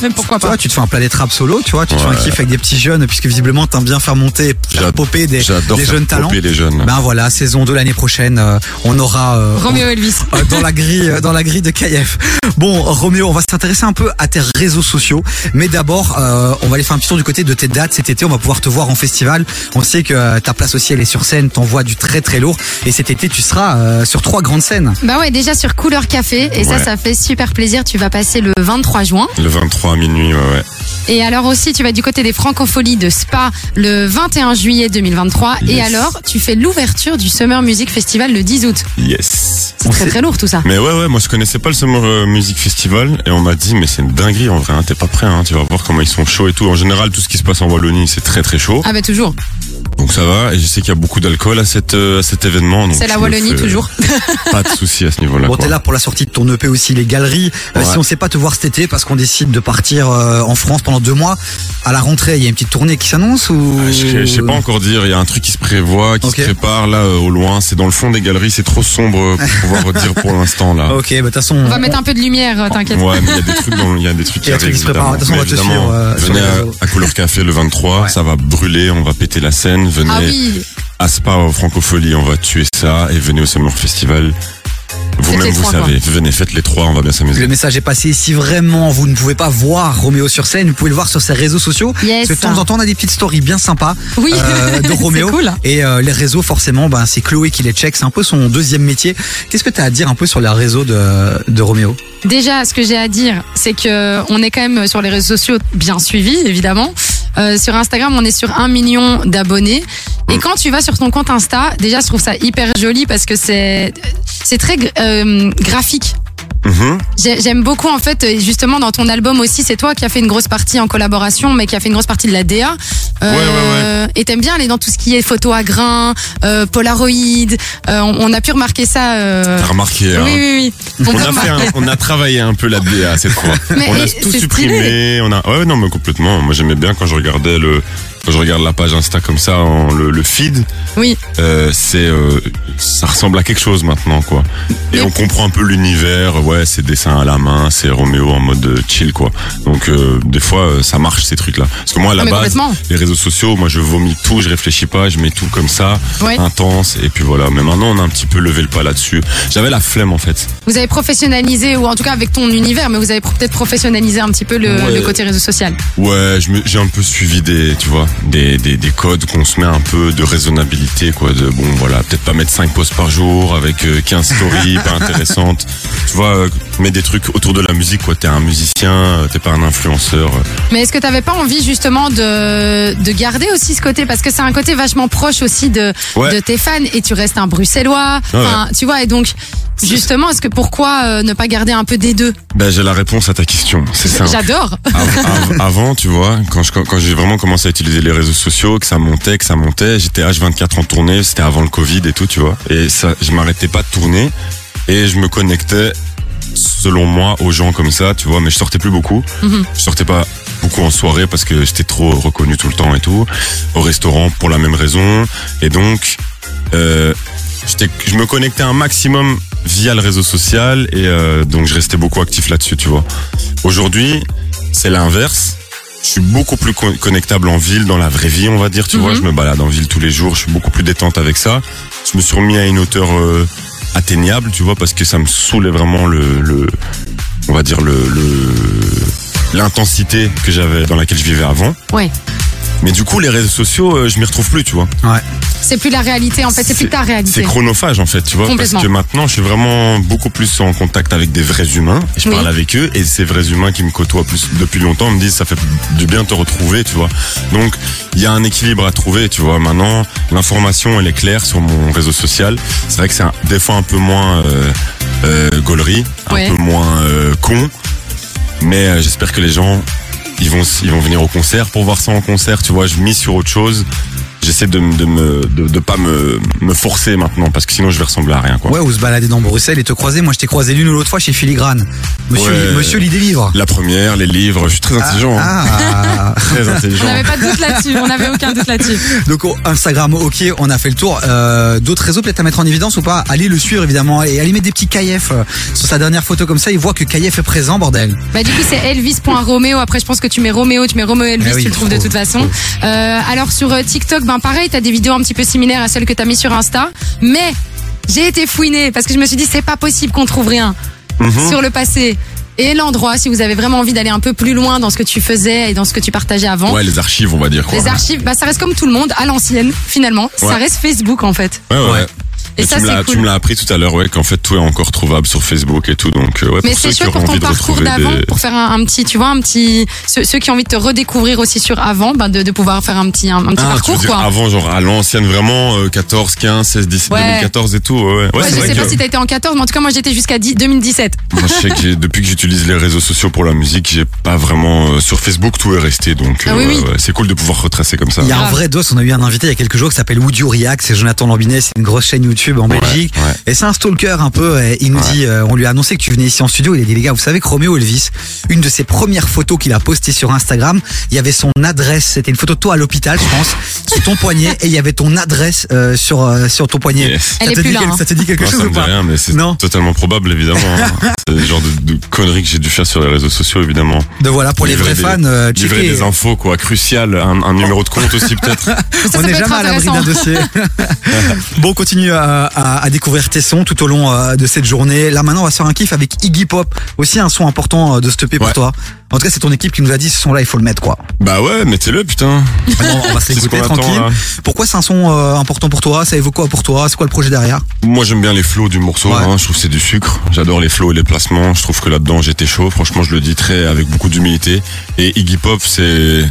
D: Même pourquoi
C: tu
D: pas.
C: vois, tu te fais un planet rap solo, tu vois, tu te fais un
B: Ouais.
C: kiff avec des petits jeunes, puisque visiblement t'aimes bien faire monter, faire
B: J'ad-
C: popper des,
B: J'adore
C: des
B: faire
C: jeunes talents.
B: popper les jeunes.
C: Ben voilà, saison 2 l'année prochaine, euh, on aura euh,
D: Roméo
B: Oh.
D: Elvis.
C: euh, dans la grille euh, dans la grille de KF. Bon Roméo, on va s'intéresser un peu à tes réseaux sociaux, mais d'abord euh, on va aller faire un petit tour du côté de tes dates cet été, on va pouvoir te voir en festival. On sait que euh, ta place aussi elle est sur scène, t'envoies du très très lourd et cet été tu seras euh, sur trois grandes scènes.
D: Bah ouais, déjà sur Couleur Café. Et ça,
B: Ouais.
D: ça fait super plaisir. Tu vas passer le 23 juin.
B: Le 23 à minuit, ouais, ouais.
D: Et alors aussi, tu vas du côté des francopholies de Spa le 21 juillet 2023. Et
B: Yes.
D: alors, tu fais l'ouverture du Summer Music Festival le 10 août.
B: Yes.
D: C'est très très lourd tout ça.
B: Mais ouais, ouais, moi je connaissais pas le Summer euh, Music Festival et on m'a dit, mais c'est une dinguerie en vrai, hein, t'es pas prêt, hein, tu vas voir comment ils sont chauds et tout. En général, tout ce qui se passe en Wallonie, c'est très très chaud.
D: Ah bah toujours.
B: Donc ça va, et je sais qu'il y a beaucoup d'alcool à, cette, euh, à cet événement. donc
D: C'est
B: je
D: la
B: me
D: Wallonie
B: fais
D: toujours.
B: Pas de soucis à ce niveau-là.
C: Bon
B: quoi.
C: t'es là pour la sortie de ton EP aussi les galeries. Euh,
B: Ouais.
C: si on sait pas te voir cet été parce qu'on décide de partir euh, en France pendant deux mois, à la rentrée il y a une petite tournée qui s'annonce ou
B: Ouais, Ah, Je, je sais pas encore dire, il y a un truc qui se prévoit, qui
C: Euh. Ok.
B: se prépare là euh, au loin, c'est dans le fond des galeries, c'est trop sombre euh, pour
C: *laughs*
B: pouvoir dire pour l'instant là.
C: Ok, bah de toute façon
D: On va mettre un peu de lumière, euh,
B: Oh,
D: t'inquiète.
B: Ouais, mais il y a des trucs, dans- il y a des trucs
C: Il y
B: qui
C: a
B: arrivent.
C: des trucs qui se
B: évidemment.
C: préparent. Attention, on va
B: Mais
C: te
B: évidemment,
C: suivre, euh, sur
B: venez
C: les
B: à,
C: réseaux.
B: à Couleur Café le 23,
C: Ouais.
B: ça va brûler, on va péter la scène. Venez
D: Ah oui,
B: à Spa au Francofolie, on va tuer ça et venez au Summer Festival.
D: Faites
B: Vous-même,
D: les
B: vous
D: trois,
B: savez. Venez, faites les trois, on va bien s'amuser.
C: Le message est passé. Si vraiment vous ne pouvez pas voir Roméo sur scène, vous pouvez le voir sur ses réseaux sociaux.
D: Yes.
C: Parce que de temps en temps, on a des petites stories bien sympas euh,
D: Oui.
C: de
D: *laughs*
B: Euh,
D: C'est
C: Roméo.
D: cool.
C: Et euh, les réseaux, forcément, ben, c'est Chloé qui les check. C'est un peu son deuxième métier. Qu'est-ce que tu as à dire un peu sur les réseaux de, de Roméo
D: Déjà, ce que j'ai à dire, c'est que euh, on est quand même sur les réseaux sociaux bien suivis, évidemment. Euh, sur Instagram, on est sur un million d'abonnés. Et
B: Hmm.
D: quand tu vas sur ton compte Insta, déjà, je trouve ça hyper joli parce que c'est c'est très euh, graphique.
B: Mhm.
D: J'ai- J'aime beaucoup en fait euh, justement dans ton album aussi c'est toi qui as fait une grosse partie en collaboration mais qui a fait une grosse partie de la DA Euh, et t'aimes bien aller dans tout ce qui est photo à grain euh, Polaroid euh, on, on a pu remarquer ça euh...
B: T'as remarqué, hein.
D: oui oui oui
B: On
D: peut
B: a, fait un-
D: remarquer.
B: on a travaillé un peu la DA cette fois.
D: Mais
B: on a
D: et
B: tout
D: c'est
B: supprimé. On a... Ouais, non, mais complètement. Moi, j'aimais bien quand je regardais le, quand je regarde la page Insta comme ça, en le, le feed.
D: oui
B: euh, c'est, euh, ça ressemble à quelque chose maintenant, quoi. Et
D: Mais-
B: on comprend un peu l'univers. Ouais, c'est dessin à la main, c'est Roméo en mode euh, chill, quoi. Donc, euh, des fois, euh, ça marche ces trucs-là. Parce que moi, à la
D: mais
B: base,
D: complètement.
B: les réseaux sociaux, moi, je vomis tout, je réfléchis pas, je mets tout comme ça,
D: Ouais.
B: intense. Et puis voilà. Mais maintenant, on a un petit peu levé le pas là-dessus. J'avais la flemme, en fait.
D: vous avez professionnalisé ou en tout cas avec ton univers mais vous avez pro- peut-être professionnalisé un petit peu le,
B: Ouais.
D: le côté réseau social
B: Ouais, je me- j'ai un peu suivi des, tu vois, des, des, des codes qu'on se met un peu de raisonnabilité, quoi. De bon, voilà, peut-être pas mettre 5 posts par jour avec euh, 15 stories pas intéressantes. Tu vois, euh, mets des trucs autour de la musique, quoi. T'es un musicien, euh, t'es pas un influenceur.
D: mais est-ce que t'avais pas envie justement de, de garder aussi ce côté parce que c'est un côté vachement proche aussi de,
B: Ouais.
D: de tes fans et tu restes un Bruxellois
B: Ouais,
D: Enfin, tu vois et donc justement est-ce que pourquoi euh, ne pas garder un peu des deux
B: Ben, j'ai la réponse à ta question. C'est simple.
D: j'adore *laughs*
B: Av- av- Avant, tu vois, quand je- quand j'ai vraiment commencé à utiliser les réseaux sociaux, que ça montait, que ça montait, j'étais H24 en tournée, c'était avant le Covid et tout, tu vois. Et ça, je m'arrêtais pas de tourner et je me connectais, selon moi, aux gens comme ça, tu vois. Mais je sortais plus beaucoup.
D: Mhm.
B: Je sortais pas beaucoup en soirée parce que j'étais trop reconnu tout le temps et tout. Au restaurant pour la même raison. Et donc, euh, j'étais- je me connectais un maximum via le réseau social et euh, donc je restais beaucoup actif là-dessus, tu vois. Aujourd'hui, c'est l'inverse. Je suis beaucoup plus con- connectable en ville, dans la vraie vie, on va dire. Tu vois,
D: Mhm.
B: je me balade en ville tous les jours. Je suis beaucoup plus détente avec ça. Je me suis remis à une hauteur euh, atteignable, tu vois, parce que ça me saoulait vraiment le, le on va dire le, le- l'intensité que j'avais dans laquelle je vivais avant.
D: ouais
B: Mais du coup, les réseaux sociaux, euh, je m'y retrouve plus, tu vois.
C: Ouais.
D: c'est plus la réalité en fait c'est plus ta
B: C'est
D: réalité
B: chronophage en fait, tu vois, parce
D: Complètement.
B: que maintenant je suis vraiment beaucoup plus en contact avec des vrais humains. Je
D: Oui.
B: parle avec eux et ces vrais humains qui me côtoient plus depuis longtemps me disent ça fait du bien de te retrouver, tu vois. Donc il y a un équilibre à trouver, tu vois. Maintenant l'information elle est claire sur mon réseau social. C'est vrai que c'est un- des fois un peu moins euh, euh, gaulerie, un
D: Ouais.
B: peu moins euh, con, mais euh, j'espère que les gens ils vont ils vont venir au concert pour voir ça en concert, tu vois. Je mise sur autre chose. J'essaie de, me- de me de, de pas me, me forcer maintenant parce que sinon je vais ressembler à rien quoi.
C: Ouais, ou se balader dans Bruxelles et te croiser. Moi, je t'ai croisé l'une ou l'autre fois chez Filigrane. Monsieur,
B: Ouais.
C: monsieur l'idée vivre.
B: La première, les livres, je suis très intelligent, hein,
C: Ah.
B: très
D: on
B: intelligent.
D: n'avait pas de doute là-dessus on n'avait aucun doute là-dessus
C: Donc oh, Instagram, ok, on a fait le tour. Euh, D'autres réseaux peut-être à mettre en évidence ou pas Allez le suivre évidemment et allez mettre des petits KF euh, sur sa dernière photo comme ça. Il voit que KF est présent, bordel.
D: Bah du coup c'est Elvis.Romeo. Après je pense que tu mets Romeo, tu mets Romeo Elvis,
C: Ah oui,
D: tu le trouves de
C: trop,
D: toute façon. Euh, alors sur euh, TikTok, ben pareil, t'as des vidéos un petit peu similaires à celles que t'as mis sur Insta, mais j'ai été fouinée parce que je me suis dit c'est pas possible qu'on trouve rien
B: Mhm.
D: sur le passé. Et l'endroit, si vous avez vraiment envie d'aller un peu plus loin dans ce que tu faisais et dans ce que tu partageais avant.
B: Ouais, les archives, on va dire quoi.
D: Les archives, bah ça reste comme tout le monde, à l'ancienne finalement. Ça
B: Ouais.
D: reste Facebook en fait.
B: Ouais, ouais.
C: Ouais.
D: Et
B: Mais
D: ça,
B: tu me
D: c'est
B: l'as-
D: cool.
B: tu me l'as appris tout à l'heure, ouais, qu'en fait tout est encore trouvable sur Facebook et tout, donc euh, ouais.
D: Mais
B: pour ceux
D: c'est
B: qui
D: chouette
B: auront
D: pour ton
B: envie de
D: parcours
B: retrouver
D: d'avant,
B: des-
D: pour faire un, un petit, tu vois, un petit, ceux, ceux qui ont envie de te redécouvrir aussi sur avant, ben de, de pouvoir faire un petit, un, un
B: Ah, tu
D: petit
B: veux
D: parcours,
B: dire
D: quoi.
B: avant, genre à l'ancienne, vraiment euh, 14, 15, 16, 17,
D: Ouais.
B: 2014 et tout. Ouais, ouais. Ouais,
D: Ouais,
B: c'est
D: je
B: vrai
D: sais
B: que-
D: pas si t'as été en 14, mais en tout cas, moi, j'étais jusqu'à 10 2017.
B: Moi, je sais que j'ai- depuis que j'utilise les réseaux sociaux pour la musique, j'ai pas vraiment euh, sur Facebook tout est resté, donc
D: Ah oui,
B: ouais,
D: oui.
B: ouais, c'est cool de pouvoir retracer comme ça.
C: Il y a un
D: grave.
C: vrai dos. On a eu un invité il y a quelques jours qui s'appelle Woody React. C'est Jonathan Lambinet. C'est une grosse chaîne YouTube en Belgique.
B: ouais.
C: Et c'est un stalker un peu. et il nous dit, euh, on lui a annoncé que tu venais ici en studio. Il a dit les gars, vous savez que Romeo Elvis, une de ses premières photos qu'il a postées sur Instagram, il y avait son adresse. C'était une photo de toi à l'hôpital, je pense, sur ton poignet, et il y avait ton adresse euh, sur euh, sur ton poignet.
B: Yes.
D: Elle
C: ça
D: est
C: te
D: plus
C: dit
D: là,
C: quel-
D: hein.
C: Ça te dit quelque
B: Non,
C: chose
B: ça
C: ou
B: me dit
C: pas
B: rien, mais c'est
C: Non.
B: totalement probable, évidemment.
C: *laughs*
B: hein. c'est le genre de, de conneries que j'ai dû faire sur les réseaux sociaux, évidemment.
C: Donc voilà, pour les
B: Livrer
C: vrais
B: des-
C: fans, euh,
B: Livrer
C: checker.
B: des infos, quoi, cruciales,
C: *laughs*
B: un, un numéro de compte aussi, peut-être.
D: Ça, ça
C: on
D: peut
C: n'est
B: *laughs*
D: être
C: jamais à l'abri d'un
D: intéressant.
C: dossier. bon, on continue à euh, à, à découvrir tes sons tout au long euh, de cette journée. Là maintenant, on va se faire un kiff avec Iggy Pop, aussi un son important euh, de stopper pour
B: Ouais.
C: toi. En tout cas, c'est ton équipe qui nous a dit ce son-là, il faut le mettre quoi.
B: Bah ouais, mettez-le, putain.
C: Bon, on va se
B: C'est ce
C: l'écouter
B: qu'on attend,
C: tranquille.
B: là.
C: Pourquoi c'est un son euh, important pour toi Ça évoque quoi pour toi C'est quoi le projet derrière
B: Moi j'aime bien les flots du morceau,
C: Ouais.
B: hein, je trouve que c'est du sucre, j'adore les flots et les placements, je trouve que là-dedans j'étais chaud, franchement je le dis très avec beaucoup d'humilité. Et Iggy Pop c'est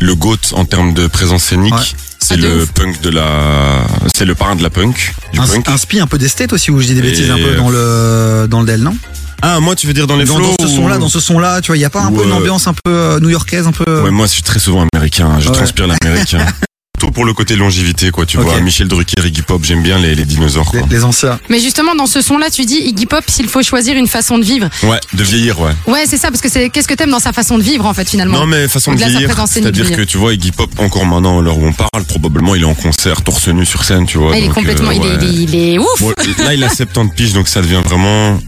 B: le GOAT en termes de présence scénique,
C: Ouais.
B: c'est
D: Ah, de
B: le
D: ouf.
B: punk de la... c'est le parrain de la punk, du
C: un,
B: punk.
C: un spi un peu d'esthète aussi où je dis des
B: Et-
C: bêtises un peu dans le dans le del non
B: Ah moi tu veux dire dans les
C: dans,
B: flots
C: dans ce
B: ou-
C: son là dans ce son là tu vois il y a pas un
B: Ou,
C: peu une
B: euh,
C: ambiance un peu euh, new-yorkaise un peu euh,
B: Ouais, moi, je suis très souvent américain. hein. Je
C: Ouais.
B: transpire *laughs* l'américain. Tout pour le côté longévité, quoi. Tu
C: Ok.
B: vois, Michel Drucker, Iggy Pop, j'aime bien les, les dinosaures,
C: les,
B: quoi.
C: les anciens
D: Mais justement, dans ce son-là, tu dis Iggy Pop, s'il faut choisir une façon de vivre.
B: Ouais, de vieillir, ouais.
D: Ouais, c'est ça, parce que c'est qu'est-ce que t'aimes dans sa façon de vivre, en fait, finalement.
B: Non, mais façon de
D: Au-delà de sa
B: vieillir,
D: présence scénique,
B: c'est-à-dire
D: je veux
B: que
D: dire.
B: tu vois, Iggy Pop, encore maintenant, à l'heure où on parle, probablement, il est en concert, torse nu sur scène, tu vois.
D: Ah, il est
B: donc, euh,
D: complètement, il, est,
B: ouais.
D: il est- il est ouf.
B: Bon, là, il a 70 piges, donc ça devient vraiment,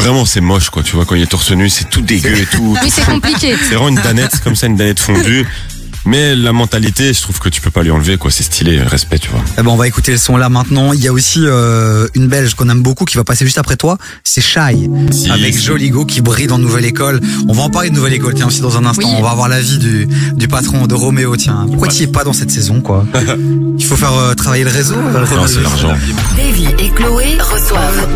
B: vraiment, c'est moche, quoi. Tu vois, quand il est torse nu, c'est tout dégueu et tout.
D: Oui, c'est compliqué.
B: C'est vraiment une danette, comme ça, une danette fondue. Mais la mentalité, je trouve que tu peux pas lui enlever, quoi. C'est stylé, respect, tu vois.
C: Eh ben, on va écouter le son là maintenant il y a aussi euh, une belge qu'on aime beaucoup qui va passer juste après toi c'est Shy
B: Si.
C: avec Joligo qui brille dans Nouvelle École on va en parler de Nouvelle École tiens aussi dans un instant
D: Oui.
C: on va avoir l'avis du du patron de Roméo tiens pourquoi tu y es pas dans cette
B: *laughs*
C: saison quoi il faut faire euh, travailler le réseau euh,
B: Non,
C: Roméo.
B: c'est l'argent.
A: Davy et Chloé reçoivent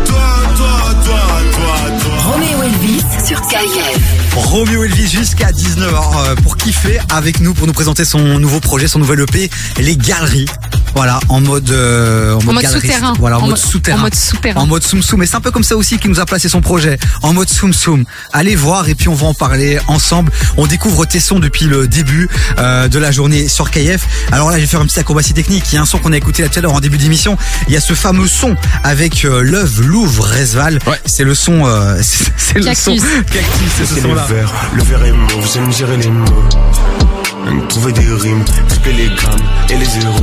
A: Roméo Elvis sur KIF.
C: Romeo Elvis jusqu'à 19h euh, pour kiffer avec nous, pour nous présenter son nouveau projet, son nouvel EP, Les Galeries. Voilà, en mode, euh, en mode,
D: mode
C: galeriste.
D: souterrain.
C: Voilà, en,
D: En
C: mode
D: mode-
C: souterrain.
D: en mode souterrain.
C: En mode soum soum. Et c'est un peu comme ça aussi qu'il nous a placé son projet. En mode soum soum. Allez voir et puis on va en parler ensemble. On découvre tes sons depuis le début euh, de la journée sur KF. Alors là, je vais faire une petite acrobatie technique. Il y a un son qu'on a écouté là tout à l'heure en début d'émission. Il y a ce fameux son avec euh, l'œuvre Louvre Resval.
B: Ouais.
C: C'est le son, euh, *laughs* c'est c'est le son.
D: Cactus.
C: Cactus, c'est ce
E: C'est le
C: son-là.
E: verre, le verre est mort, vous aimez gérer les mots. Aime Trouver des rimes, flipper les grammes et les zéros.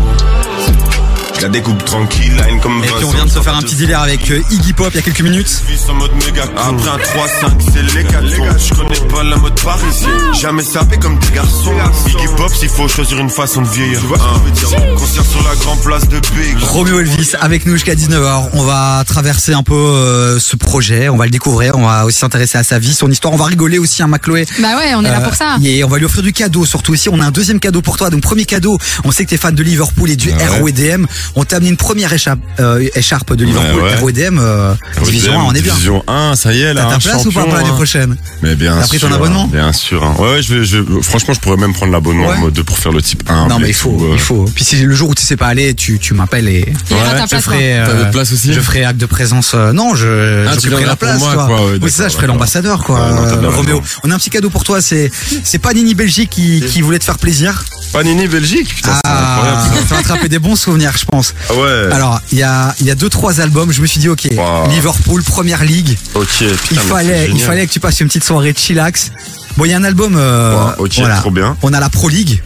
E: Je la découpe tranquille, line comme
C: Et puis on vient de se faire un petit Ah. dealer avec euh, Iggy Pop il y a quelques minutes.
E: en mode méga con. Après un 3-5, c'est les gars Je connais pas la mode
C: Ah.
E: parisienne. Jamais sapé comme des garçons. Iggy Pop, s'il faut choisir une façon de vieillir. Tu vois ce que je veux dire Concert sur la grande place de Big.
C: Romeo Elvis avec nous jusqu'à 19h. On va traverser un peu euh, ce projet, on va le découvrir, on va aussi s'intéresser à sa vie, son histoire. On va rigoler aussi, hein, Macloé.
D: Bah ouais, on est là
C: Euh,
D: pour ça.
C: Et on va lui offrir du cadeau surtout aussi. On a un deuxième cadeau pour toi. Donc premier cadeau, on sait que t'es fan de Liverpool et du
B: Ouais.
C: RODM. On t'a amené une première écharpe, euh, écharpe de Liverpool,
B: Ouais, ouais.
C: RODM, euh, division 1, on est bien.
B: Division 1, ça y est, là.
C: T'as ta
B: hein,
C: place ou pas pour
B: champion,
C: l'année
B: hein.
C: prochaine
B: Mais bien
C: T'as pris ton
B: sûr,
C: abonnement
B: hein, Bien sûr. hein. Ouais, ouais, je vais, je- franchement, je pourrais même prendre l'abonnement
C: Ouais.
B: en mode pour faire le type 1.
C: Non mais il faut,
B: euh,
C: il faut. Puis si le jour où tu sais pas aller, tu, tu m'appelles et
D: Il y aura
B: Ouais,
D: ta
C: je
D: place. hein.
C: ferai,
B: T'as
C: euh,
B: d'autres places aussi
C: je ferai acte de présence. euh, non, je,
B: Ah,
C: je
B: tu
C: ferai
B: viendras
C: la
B: pour
C: place.
B: moi,
C: toi.
B: quoi, ouais,
C: oui,
B: d'accord,
C: c'est ça, je ferai
B: d'accord.
C: l'ambassadeur, quoi.
B: Ouais, non, t'as bien
C: euh,
B: raison.
C: Roméo, on a un petit cadeau pour toi. C'est, c'est Panini Belgique qui, qui voulait te faire plaisir.
B: faut. Panini Belgique, putain, c'est
C: Ah,
B: incroyable. ça.
C: t'as attrapé des bons souvenirs, je pense.
B: Ah ouais.
C: Alors, il y a, il y a deux, trois albums. Je me suis dit, ok,
B: Wow.
C: Liverpool, première ligue.
B: ok, putain,
C: Il
B: mais c'est
C: fallait, il
B: génial.
C: fallait que tu passes une petite soirée chillax. Bon, il y a un album. euh,
B: Wow, Ah, ok,
C: voilà.
B: trop bien.
C: On a la Pro League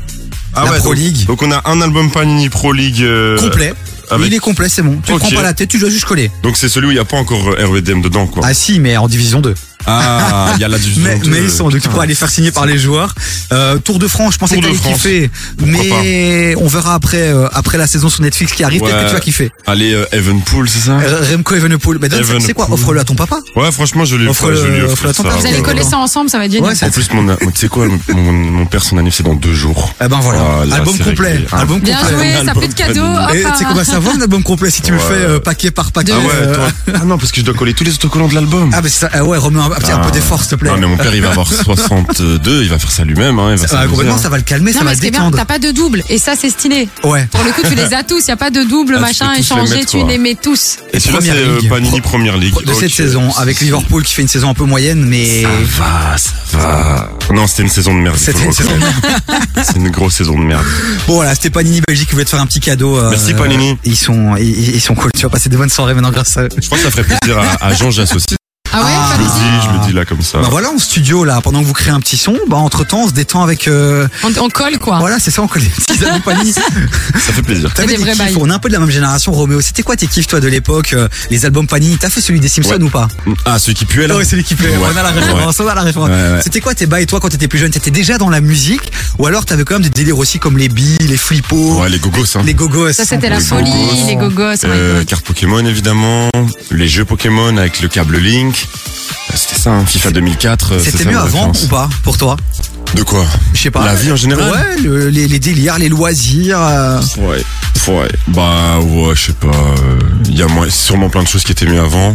B: Ah
C: la
B: ouais,
C: Pro
B: donc-
C: League.
B: Donc, on a un album Panini Pro League. euh,
C: complet.
B: avec-
C: Il est complet, c'est bon. Tu
B: Ok.
C: te prends pas la tête, tu dois juste coller.
B: Donc, c'est celui où il n'y a pas encore euh, RVDM dedans, quoi.
C: Ah si, mais en division 2.
B: Ah, il y a la division.
C: *laughs* Mais,
B: de-
C: mais ils sont, donc tu pourras les faire signer par les joueurs. Euh, Tour de France, je pensais
B: Tour
C: que
B: de
C: t'allais
B: France.
C: kiffer.
B: Pourquoi
C: Mais on verra après, euh, après la saison sur Netflix qui arrive, peut-être
B: Ouais.
C: que tu vas kiffer.
B: Allez, euh, Evenpool, c'est ça
C: R- Remco Evenepoel. Mais donne, c'est
B: Evenepoel.
C: quoi? Offre-le à ton papa.
B: Ouais, franchement, je lui
C: Euh, Offre
B: offre- je lui
C: le-
B: offre
C: offre à ton
B: ça,
C: père.
D: Vous
B: ouais.
D: allez
C: ouais,
D: coller
C: ouais.
D: ça ensemble, ça va être génial.
C: Ouais, ça-
B: En plus, mon, euh, tu sais quoi, mon, mon, mon père, son anniversaire, c'est dans deux jours.
C: Eh ben voilà.
B: Voilà, Oh,
C: album
B: c'est
C: complet.
B: réglé, hein.
C: Album
D: Bien
C: complet.
D: joué, ça
B: Album
D: fait de cadeaux.
C: Et
D: hop,
C: tu sais qu'on
D: ah.
C: va savoir un album complet si tu le
B: Ouais.
C: fais euh, paquet par paquet.
D: Ah ouais,
C: Euh,
B: ah non, parce que je dois coller tous les autocollants de l'album.
C: Ah, mais c'est ça, ah ouais, remets un, un petit- un peu d'effort, s'il te plaît.
B: Non, mais mon père, il va *laughs* avoir 62, il va faire ça lui-même. Hein, il va
C: Ah,
B: s'amuser,
C: complètement,
B: hein.
C: ça va le calmer,
D: Non,
C: ça va
D: mais
C: le
D: ce qui est bien,
C: détendre.
D: t'as pas de double. Et ça, c'est stylé.
C: Ouais.
D: Pour le coup, tu les as tous. Il n'y a pas de double,
B: Ah, tu
D: machin,
B: peux tous les
D: échangé.
B: mettre,
D: Tu
B: quoi.
D: les mets tous.
B: Et celui-là, c'est
C: Première
B: euh,
C: ligue.
B: Panini Première Ligue.
C: De cette
B: Ok.
C: saison, avec Liverpool qui fait une saison un peu moyenne, mais.
B: Va, ça va. Non, c'était une saison de merde. il faut
C: C'était
B: le
C: une saison de
B: reconnaître. C'est une grosse saison de merde.
C: Bon voilà, c'était Panini Belgique qui voulait te faire un petit cadeau. euh,
B: Merci, Panini. Ah.
C: Ils sont, ils, ils sont cool. Tu vas passer des bonnes soirées maintenant grâce à eux.
B: Je crois que ça ferait plaisir à, à Jean Jass aussi.
D: Ah ouais,
B: Je
D: pas
B: le
D: de soucis.
B: dis, je le dis là comme ça.
C: Bah voilà, en studio là, pendant que vous créez un petit son, bah entre temps on se détend avec. euh,
D: on, on colle quoi.
C: Voilà, c'est ça, on connaît.
D: *laughs*
C: Petits amis compagnie.
B: Ça fait plaisir.
C: T'avais
D: Ah. des
C: des
D: vrais
C: kiffs,
D: bails.
C: on est un peu de la même génération, Roméo. C'était quoi tes kiffs, toi, de l'époque euh, Les albums Panini T'as fait celui des Simpsons
B: Ouais.
C: ou pas
B: Ah, celui qui puait là
C: Ouais, celui qui plaît.
B: Ouais.
C: On a la référence, on a la référence.
B: Ouais, ouais.
C: C'était quoi tes bails, toi, quand t'étais plus jeune T'étais déjà dans la musique Ou alors t'avais quand même des délires aussi comme les billes, les flippos,
B: Ouais, les gogos, hein.
C: les gogos
D: Ça c'était la
B: Les
D: folie,
B: gogos.
D: les gogos. ouais.
B: Euh, cartes Pokémon évidemment, les jeux Pokémon avec le câble Link. Euh, C'était ça, hein, FIFA 2004. euh, c'est
C: C'était
B: ça,
C: mieux
B: ma
C: avant
B: référence.
C: ou pas pour toi
B: De quoi
C: Je sais pas.
B: La vie en général
C: Ouais, le- les, les délires, les loisirs. euh,
B: Ouais. Ouais. Bah ouais, je sais pas. Il y a moins- sûrement plein de choses qui étaient mieux avant.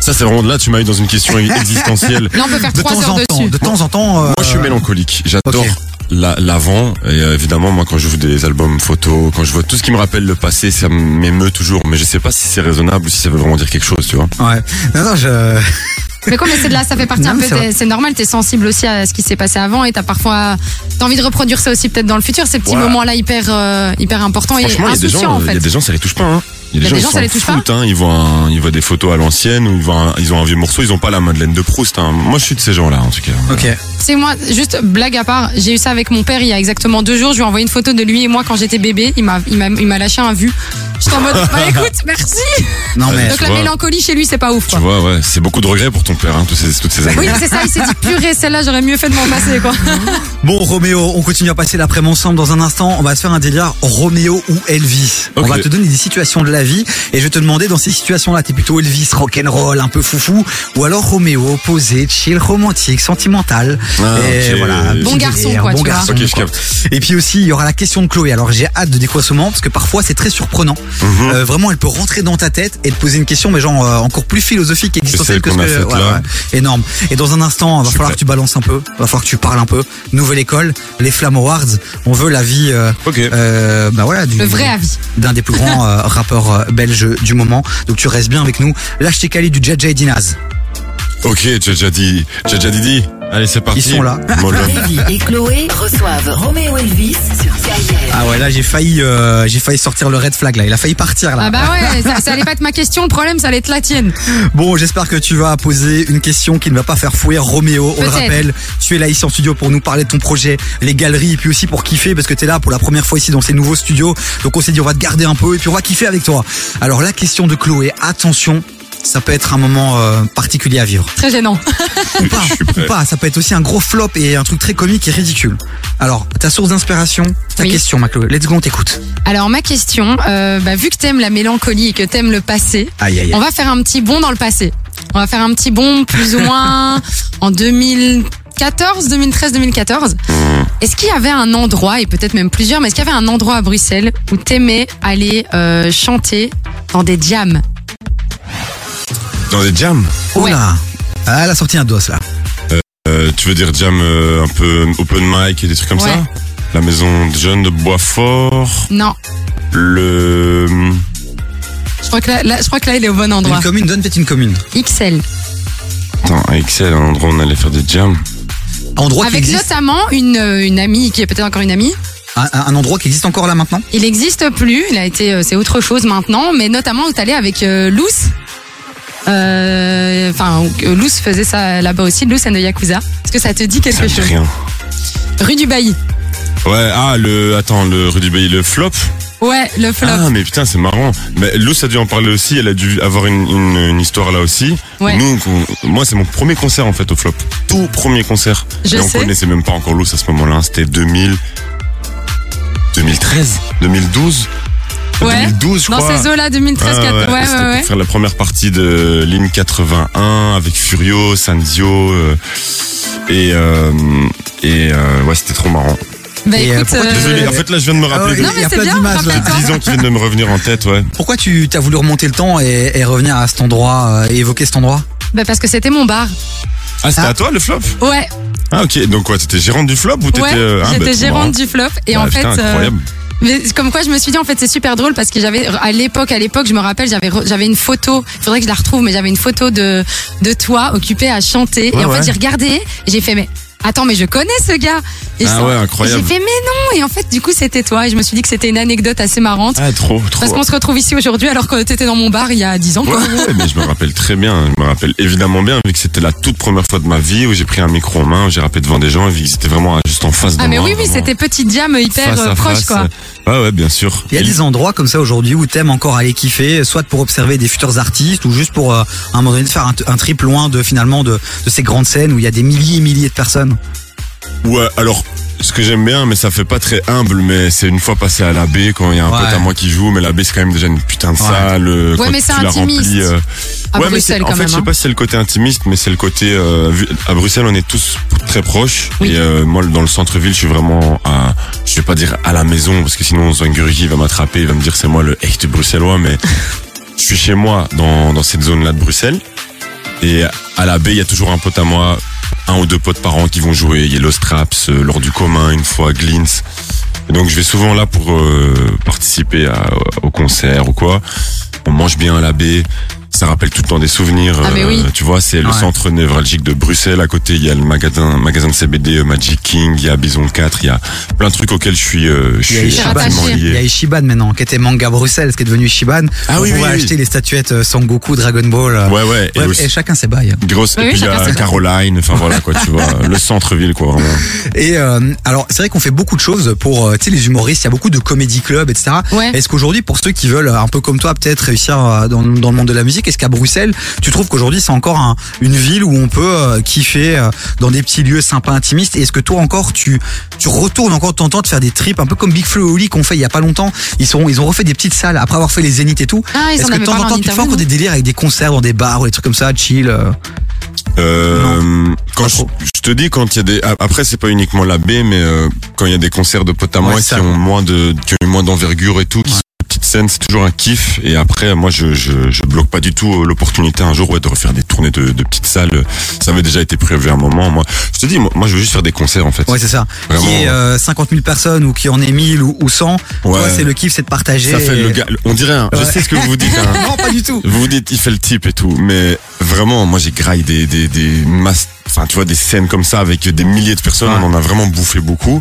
B: Ça c'est vraiment là tu m'as eu dans une
D: *laughs*
B: question existentielle.
D: Là on peut faire
C: De
D: trois
C: temps
D: heures
C: en temps,
D: dessus.
C: de temps en temps. euh,
B: Moi, je suis mélancolique. J'adore
C: ok.
B: la- l'avant. Et euh, évidemment, moi, quand je vois des albums photos, quand je vois tout ce qui me rappelle le passé, ça m'émeut toujours. Mais je sais pas si c'est raisonnable ou si ça veut vraiment dire quelque chose, tu vois.
C: Ouais. Non, non, je.
D: Mais quoi, mais c'est de là, ça fait partie
C: Non,
D: un
C: mais
D: peu.
C: c'est
D: des- C'est normal, t'es sensible aussi à ce qui s'est passé avant et t'as parfois t'as envie de reproduire ça aussi peut-être dans le futur. Ces petits
B: Voilà.
D: moments-là hyper euh, hyper importants et
B: Franchement, il y a des
D: insouciants
B: gens, euh,
D: en
B: il y a
D: fait.
B: des gens, ça les touche pas. Hein.
D: Il y a des
B: ils
D: gens, ça
B: s'en
D: les touche pas
B: foutent, hein. Ils voient, un- ils voient des photos à l'ancienne ou ils voient, un- ils ont un vieux morceau. Ils ont pas la Madeleine de Proust. Hein. Moi, je suis de ces gens-là, en tout cas.
C: Ok.
D: C'est moi, juste blague à part, j'ai eu ça avec mon père il y a exactement deux jours. Je lui ai envoyé une photo de lui et moi quand j'étais bébé. Il m'a il m'a il m'a lâché un vu. J'étais
B: *laughs*
D: en mode bah écoute merci.
C: Non, mais.
D: Donc la
B: vois.
D: mélancolie chez lui c'est pas ouf.
B: Tu
D: Quoi.
B: vois, ouais, c'est beaucoup de regrets pour ton père, hein, toutes ces, toutes ces années.
D: Oui c'est ça, il s'est dit purée celle-là j'aurais mieux fait de m'en passer quoi.
C: Bon Roméo, on continue à passer l'après-midi ensemble dans un instant. On va se faire un délire Roméo ou Elvis. On
B: Ok.
C: va te donner des situations de la vie et je vais te demander dans ces situations-là, t'es plutôt Elvis, rock'n'roll, un peu foufou, ou alors Roméo, posé, chill, romantique, sentimental.
B: Ah,
C: et
B: ok.
C: voilà,
B: Bon
C: petit
D: garçon,
C: délire,
D: quoi,
C: bon
D: tu vois.
C: garçon.
B: Ok, je
C: quoi.
B: capte.
C: Et puis aussi, il y aura la question de Chloé. Alors j'ai hâte de découvrir ce moment parce que parfois c'est très surprenant.
B: Mhm.
C: Euh, vraiment, elle peut rentrer dans ta tête et te poser une question, mais genre euh, encore plus philosophique et existentielle
B: celle
C: que
B: qu'on a
C: ce que.
B: faite là.
C: Énorme. Et dans un instant, va
B: suis
C: falloir
B: prêt.
C: que tu balances un peu, va falloir que tu parles un peu. Nouvelle école, les Flamme Awards. On veut l'avis. Euh,
B: Ok.
C: euh, bah voilà, du,
D: Le vrai avis.
C: d'un des plus
D: *laughs*
C: grands euh, rappeurs euh, belges du moment. Donc tu restes bien avec nous. Lâche tes calis du Jaja et Dinaz.
B: Ok, Jaja dit, Jaja Didi. Allez, c'est parti.
C: sont là.
B: Mollo.
A: Davy et Chloé reçoivent Roméo Elvis sur KIF.
C: Ah ouais, là j'ai failli, euh, j'ai failli sortir le red flag là. Il a failli partir là.
D: Ah bah ouais, ça, ça allait pas être ma question, le problème ça allait être la tienne.
C: Bon, j'espère que tu vas poser une question qui ne va pas faire fouiller Roméo. On le
D: Peut-être.
C: rappelle, tu es là ici en studio pour nous parler de ton projet, les galeries, et puis aussi pour kiffer, parce que tu es là pour la première fois ici dans ces nouveaux studios. Donc on s'est dit, on va te garder un peu, et puis on va kiffer avec toi. Alors la question de Chloé, attention, ça peut être un moment euh, particulier
B: *laughs*
C: à vivre.
D: Très gênant.
C: Ou pas,
B: Je suis
C: ou
B: prêt.
C: pas, ça peut être aussi un gros flop et un truc très comique et ridicule. Alors, ta source d'inspiration, ta
D: Oui.
C: question, ma Chloé. Let's go, on t'écoute.
D: Alors ma question, euh, bah, vu que t'aimes la mélancolie et que t'aimes le passé,
C: Aïe, aïe,
D: on
C: aïe.
D: va faire un petit bond dans le passé. On va faire un petit bond plus ou moins en 2014, 2013, 2014. Est-ce qu'il y avait un endroit, et peut-être même plusieurs, mais est-ce qu'il y avait un endroit à Bruxelles où t'aimais aller euh, chanter dans des jams
B: Dans des jams.
C: Oh
D: ouais.
C: là. Ah, elle a sorti un dos là.
B: Euh, tu veux dire jam euh, un peu open mic et des trucs comme
D: Ouais.
B: ça La maison de jeunes de Boisfort,
D: Non,
B: le...
D: je crois que là, là- je crois que là il est au bon endroit.
C: Une commune, donne peut-être une commune.
D: XL.
B: Attends, à Excel, un endroit où on allait faire des jams.
C: Endroit qui
D: Avec
C: existe.
D: notamment une, euh, une amie qui est peut-être encore une amie.
C: Un, un- un endroit qui existe encore là maintenant
D: Il n'existe plus, il a été, euh, c'est autre chose maintenant, mais notamment où t'allais avec euh, Lous. Euh, Enfin, euh, Lous faisait ça là-bas aussi, Lous and the Yakuza. Est-ce que ça te dit
B: Ça
D: quelque
B: me dit
D: chose
B: rien.
D: Rue du Bailly.
B: Ouais, ah, le... Attends, le Rudy Bay, le flop
D: Ouais, le flop.
B: Ah, mais putain, c'est marrant. Mais Lou, ça a dû en parler aussi, elle a dû avoir une, une- une histoire là aussi.
D: Ouais.
B: Nous, on- moi, c'est mon premier concert en fait au flop. Tout premier concert.
D: Je
B: Et on
D: sais.
B: connaissait même pas encore Lou à ce moment-là, hein. c'était 2000... 2013 2012
D: ouais.
B: 2012, je
D: Dans
B: crois.
D: ces eaux-là, 2013,
B: Ah
D: ouais, ouais,
B: c'était pour
D: ouais. ouais.
B: faire la première partie de ligne 81 avec Furio, Sanzio euh, et euh, et euh, ouais c'était trop marrant.
D: Bah
C: Et, euh,
D: écoute,
C: pourquoi-
B: Désolé,
D: euh,
B: en fait là je viens de me rappeler.
C: ouais,
D: non
B: de
C: il y
D: mais
C: a
D: c'est
C: plein
D: bien,
C: d'images, là.
D: rappelle-toi.
B: 10 ans qui viennent de me revenir en tête, ouais.
C: Pourquoi tu as voulu remonter le temps et, et revenir à cet endroit euh, et évoquer cet endroit
D: Bah parce que c'était mon bar.
B: Ah, c'était
C: Ah.
B: à toi le flop
D: Ouais,
B: Ah, ok. Donc, quoi, t'étais gérante du flop ou t'étais.
D: ouais.
B: euh, ah, bah,
D: J'étais
B: trop marrant.
D: gérante du flop et
B: Ah,
D: en fait.
B: putain,
D: euh,
B: incroyable.
D: Mais comme quoi, je me suis dit en fait c'est super drôle parce que j'avais à l'époque, à l'époque, je me rappelle, j'avais re- j'avais une photo. Il faudrait que je la retrouve, mais j'avais une photo de de toi occupé à chanter.
B: Ouais,
D: et en
B: ouais.
D: fait, j'ai regardé, et j'ai fait mais attends, mais je connais ce gars. Et
B: Ah
D: ça-
B: ouais, incroyable.
D: J'ai fait, mais non. Et en fait, du coup, c'était toi. Et je me suis dit que c'était une anecdote assez marrante.
B: Ah, trop, trop.
D: Parce qu'on se retrouve ici aujourd'hui alors que t'étais dans mon bar il y a 10 ans.
B: Ouais,
D: Quoi.
B: ouais, mais je me rappelle très bien. Je me rappelle évidemment bien, vu que c'était la toute première fois de ma vie où j'ai pris un micro en main, où j'ai rappé devant des gens, et vu qu'ils étaient vraiment juste en face de
D: Ah mais
B: moi.
D: oui, oui,
B: vraiment,
D: c'était petit jam hyper
B: face
D: euh,
B: à
D: proche
B: face.
D: quoi.
B: Ouais, ouais, bien sûr.
C: Il y a
B: Et
C: des endroits comme ça aujourd'hui où t'aimes encore aller kiffer, soit pour observer des futurs artistes ou juste pour euh, à un moment donné de faire un, t- un trip loin de finalement de, de ces grandes scènes où il y a des milliers et milliers de personnes.
B: Ouais, alors ce que j'aime bien, mais ça fait pas très humble, mais c'est une fois passé à la baie quand il y a un
C: Ouais.
B: pote à moi qui joue, mais la baie c'est quand même déjà une putain de
C: Ouais.
B: salle. euh,
D: Ouais,
B: quand
D: mais c'est
B: tu la
D: intimiste.
B: remplis, euh,
D: À
B: ouais, mais
D: Bruxelles,
B: c'est- en
D: quand
B: fait,
D: même,
B: je
D: hein.
B: sais pas si c'est le côté intimiste, mais c'est le côté euh, vu- à Bruxelles, on est tous très proches.
D: Oui.
B: Et euh, moi, dans le centre-ville, je suis vraiment à, je vais pas dire à la maison parce que sinon Zwan Gurigi va m'attraper, il va me dire c'est moi le hate bruxellois, mais *laughs* je suis chez moi dans dans cette zone-là de Bruxelles. Et à la baie, il y a toujours un pote à moi, un ou deux potes par an qui vont jouer. Il y a Los Traps, euh, lors du commun, une fois Glintz. Et donc je vais souvent là pour euh, participer à, au concert ou quoi. On mange bien à la baie. Ça rappelle tout le temps des souvenirs. euh,
D: Ah, mais oui.
B: Tu vois, c'est le
C: Ouais.
B: centre névralgique de Bruxelles. À côté, il y a le magasin, magasin de CBD euh, Magic King, il y a Bison 4, il y a plein de trucs auxquels je suis, euh, je
C: Il y a
B: suis
D: Ishiba.
B: intimement
D: Rattaché.
B: lié.
C: Il y a Ishiban maintenant qui était manga Bruxelles, ce qui est devenu Ishiban.
B: Ah
C: On
B: oui, oui,
C: pouvait
B: oui.
C: acheter les statuettes euh, Sangoku, Dragon Ball. euh.
B: Ouais, ouais. Et
C: Bref,
B: aussi-
C: et chacun ses bails.
B: Grosse,
D: Oui,
B: et
D: oui,
B: puis il y
D: chacun
B: a
D: ses-
B: Caroline, enfin voilà quoi, tu
D: *laughs*
B: vois, le centre-ville quoi, vraiment.
C: Et euh, alors, c'est vrai qu'on fait beaucoup de choses pour euh, tu sais, les humoristes. Il y a beaucoup de comédie club, etc.
D: Ouais.
C: Est-ce qu'aujourd'hui, pour ceux qui veulent, euh, un peu comme toi, peut-être réussir euh, dans, dans le monde de la musique, est-ce qu'à Bruxelles, tu trouves qu'aujourd'hui, c'est encore un- une ville où on peut euh, kiffer euh, dans des petits lieux sympas, intimistes Et est-ce que toi encore, tu, tu retournes encore de temps en temps de faire des trips, un peu comme Big Flo et Oli qu'on fait il y a pas longtemps Ils, sont, ils ont refait des petites salles après avoir fait les Zénith et tout.
D: Ah, ils
C: est-ce que
D: en
C: de
D: avaient
C: temps en
D: parlé
C: temps,
D: en
C: tu fais
D: interview,
C: encore des délires avec des concerts dans des bars ou des trucs comme ça, chill euh,
B: Euh, quand
C: pas
B: je,
C: trop.
B: je te dis quand il y a des a- après c'est pas uniquement la baie mais euh, quand il y a des concerts de potes à moi
C: Ouais,
B: qui
C: ça.
B: ont moins de qui ont moins d'envergure et tout qui
C: Ouais.
B: sont des petites scènes c'est toujours un kiff et après moi je je, je bloque pas du tout euh, l'opportunité un jour ouais, de refaire des tournées de, de petites salles ça avait déjà été prévu à un moment moi je te dis moi, moi, je veux juste faire des concerts en fait
C: Ouais, c'est ça.
B: Vraiment.
C: Qui est euh, 50 000 personnes ou qui en est 1000 ou, ou 100.
B: Ouais.
C: Toi, c'est le kiff, c'est de partager.
B: ça fait le
C: Et-
B: gars on dirait hein, je
C: Ouais.
B: sais ce que vous vous dites hein.
C: non, pas du tout.
B: Vous vous dites, il fait le type et tout, mais vraiment, moi j'ai graille des, des, des masses, enfin tu vois, des scènes comme ça avec des milliers de personnes,
C: Ouais.
B: on en a vraiment bouffé beaucoup.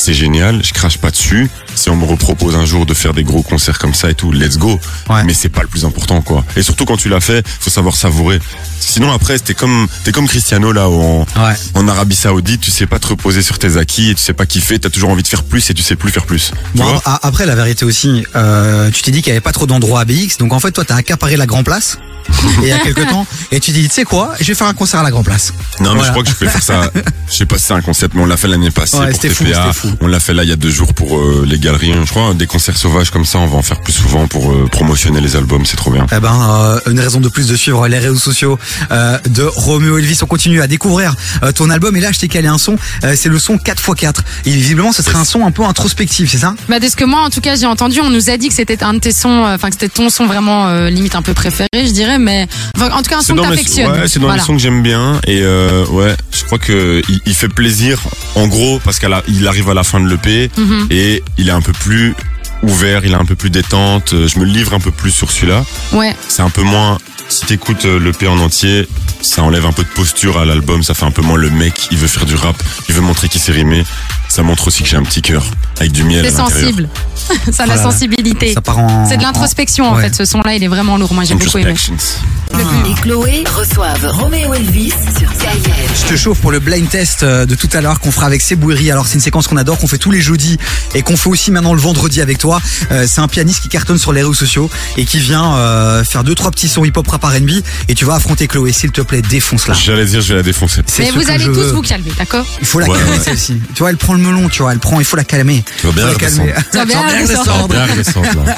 B: C'est génial, je crache pas dessus. Si on me repropose un jour de faire des gros concerts comme ça et tout, let's go.
C: Ouais.
B: Mais c'est pas le plus important, quoi. Et surtout quand tu l'as fait, faut savoir savourer. Sinon après, t'es comme, t'es comme Cristiano là en,
C: Ouais.
B: en Arabie Saoudite, tu sais pas te reposer sur tes acquis et tu sais pas kiffer, t'as toujours envie de faire plus et tu sais plus faire plus. Tu
C: Bon,
B: vois
C: a- après, la vérité aussi, euh, tu t'es dit qu'il n'y avait pas trop d'endroits à BX, donc en fait, toi, t'as accaparé la Grand Place. et il y a quelques temps, et tu t'es dit, tu sais quoi, je vais faire un concert à la Grand Place.
B: Non, mais
C: Voilà.
B: je crois que je peux faire
C: *laughs*
B: ça. Je sais pas si c'est un concept, mais on l'a fait l'année passée
C: Ouais,
B: pour
C: c'était fou,
B: TPA.
C: c'était fou.
B: On l'a fait là il y a deux jours pour euh, les galeries. Je crois des concerts sauvages comme ça, on va en faire plus souvent pour euh, promotionner les albums. C'est trop bien.
C: Eh ben, euh, une raison de plus de suivre les réseaux sociaux euh, de Romeo Elvis. On continue à découvrir euh, ton album, et là, je t'ai calé un son, euh, c'est le son 4x4. Et visiblement, ce serait un son un peu introspectif, c'est ça
D: Bah, de ce que moi, en tout cas, j'ai entendu, on nous a dit que c'était un de tes sons, euh, enfin, que c'était ton son vraiment euh, limite un peu préféré, je dirais, mais enfin, en tout cas, un son que
B: dans, les,
D: t'affectionnes.
B: ouais, c'est dans
D: Voilà.
B: les sons que j'aime bien et euh, ouais, je crois que il, il fait plaisir en gros parce qu'il arrive à la fin de l'EP
D: Mhm.
B: et il est un peu plus ouvert, il est un peu plus détente. Euh, Je me livre un peu plus sur celui-là.
D: Ouais.
B: c'est un peu moins. Si t'écoutes euh, le P en entier, ça enlève un peu de posture à l'album, ça fait un peu moins le mec, il veut faire du rap, il veut montrer qu'il s'est rimé. Ça montre aussi que j'ai un petit cœur avec du miel.
D: C'est
B: à l'intérieur.
D: sensible. *laughs* Ça a la
C: Voilà.
D: sensibilité.
C: Ça part en.
D: C'est de
C: en-
D: l'introspection en
C: Ouais.
D: fait. Ce son-là, il est vraiment lourd. Moi, j'ai beaucoup aimé.
B: Introspections.
A: Et Chloé reçoivent Roméo Elvis sur KIF.
C: Je te chauffe pour le blind test euh, de tout à l'heure qu'on fera avec Sebouiri. Alors c'est une séquence qu'on adore, qu'on fait tous les jeudis et qu'on fait aussi maintenant le vendredi avec toi. Euh, c'est un pianiste qui cartonne sur les réseaux sociaux et qui vient euh, faire deux trois petits sons hip-hop rap R&B et tu vas affronter Chloé. S'il te plaît, défonce-la.
B: J'allais dire, je vais la défoncer.
C: C'est
D: Mais
C: ce
D: vous
C: que
D: allez
C: je
D: tous
C: veux.
D: vous calmer, d'accord
C: Il faut la
B: Ouais,
C: calmer
B: ouais.
C: celle-ci. Tu vois, elle prend le melon, tu vois, elle prend, il faut la calmer.
B: Tu vas bien
C: Faut
B: la
D: Tu vas bien
C: Tu vas
D: la
C: la
D: descendre.
C: descendre.
B: Bien récente, là.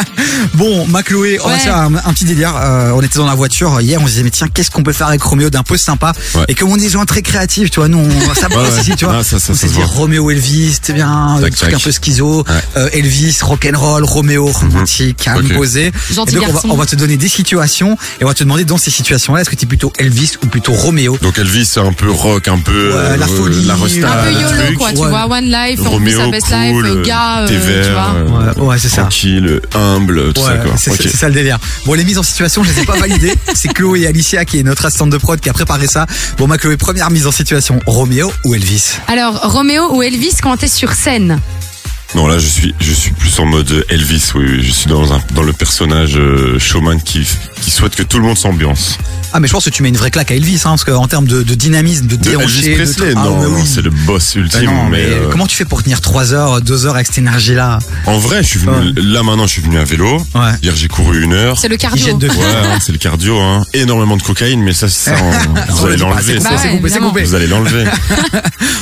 C: Bon, ma Chloé, on va
D: Ouais.
C: se faire un, un petit délire. Euh, on était dans la voiture hier, on se disait mais tiens, qu'est-ce qu'on peut faire avec Roméo d'un peu sympa
B: Ouais.
C: Et comme on est des gens très créatifs, tu vois, nous on ça passe
B: Ouais, ouais.
C: ici, tu vois.
B: Ah, ça, ça,
C: on
B: ça
C: s'est
B: se
C: dit
B: voit.
C: Roméo Elvis, c'est bien, un
B: Tac,
C: truc
B: tac.
C: un peu schizo,
B: Ouais. Mhm.
C: euh, Elvis, rock'n'roll, Roméo, romantique, calme,
B: Ok.
C: posé.
D: Gentil
C: et donc on va,
D: garçon.
C: on va te donner des situations et on va te demander dans ces situations-là, est-ce que tu es plutôt Elvis ou plutôt Roméo
B: Donc Elvis, c'est un peu rock, un peu
C: Ouais,
B: euh,
C: la folie,
B: la resta,
D: Un peu
C: Euh,
B: Ah, le
D: YOLO,
B: truc.
D: quoi. Tu
C: ouais.
D: vois, One Life, on vit
B: Roméo,
D: sa best
B: cool,
D: life, gars, euh,
B: t'es
D: tu vois.
B: vert, euh,
C: Ouais, ouais, c'est ça.
B: tranquille, humble, tout ça quoi.
C: c'est
B: Ok. *laughs*
C: c'est ça le délire. Bon, les mises en situation, je les ai pas validées. C'est c'est Chloé et Alicia qui est notre assistante de prod qui a préparé ça. Bon, ma Chloé, première mise en situation, Roméo ou Elvis
D: Alors, Roméo ou Elvis quand t'es sur scène
B: Non, là, je suis, je suis plus en mode Elvis, oui, oui. Je suis dans, un, dans le personnage euh, showman qui, qui souhaite que tout le monde s'ambiance.
C: Ah, mais je pense que tu mets une vraie claque à Elvis, hein, parce qu'en termes de, de dynamisme, de
B: De
C: déhanché,
B: Elvis Presley,
C: de... Ah,
B: non,
C: mais oui.
B: non, c'est le boss
C: Ben
B: ultime,
C: non,
B: mais,
C: mais
B: euh,
C: comment tu fais pour tenir 3 heures, 2 heures avec cette énergie-là
B: en vrai, je suis venu,
C: Ouais.
B: là maintenant, je suis venu à vélo.
C: Ouais.
B: Hier, j'ai couru une heure.
D: C'est le
C: Qui
D: cardio.
C: jette de
B: Ouais, hein,
D: *laughs*
B: c'est le cardio, hein. Énormément de cocaïne, mais ça, ça,
C: *laughs*
B: on- vous
C: On
B: allez
C: le dit pas,
B: l'enlever.
C: Ah, c'est
B: ça.
C: coupé,
D: Bah
C: c'est coupé, c'est
D: ouais, évidemment.
C: coupé.
B: Vous allez
C: *laughs*
B: l'enlever.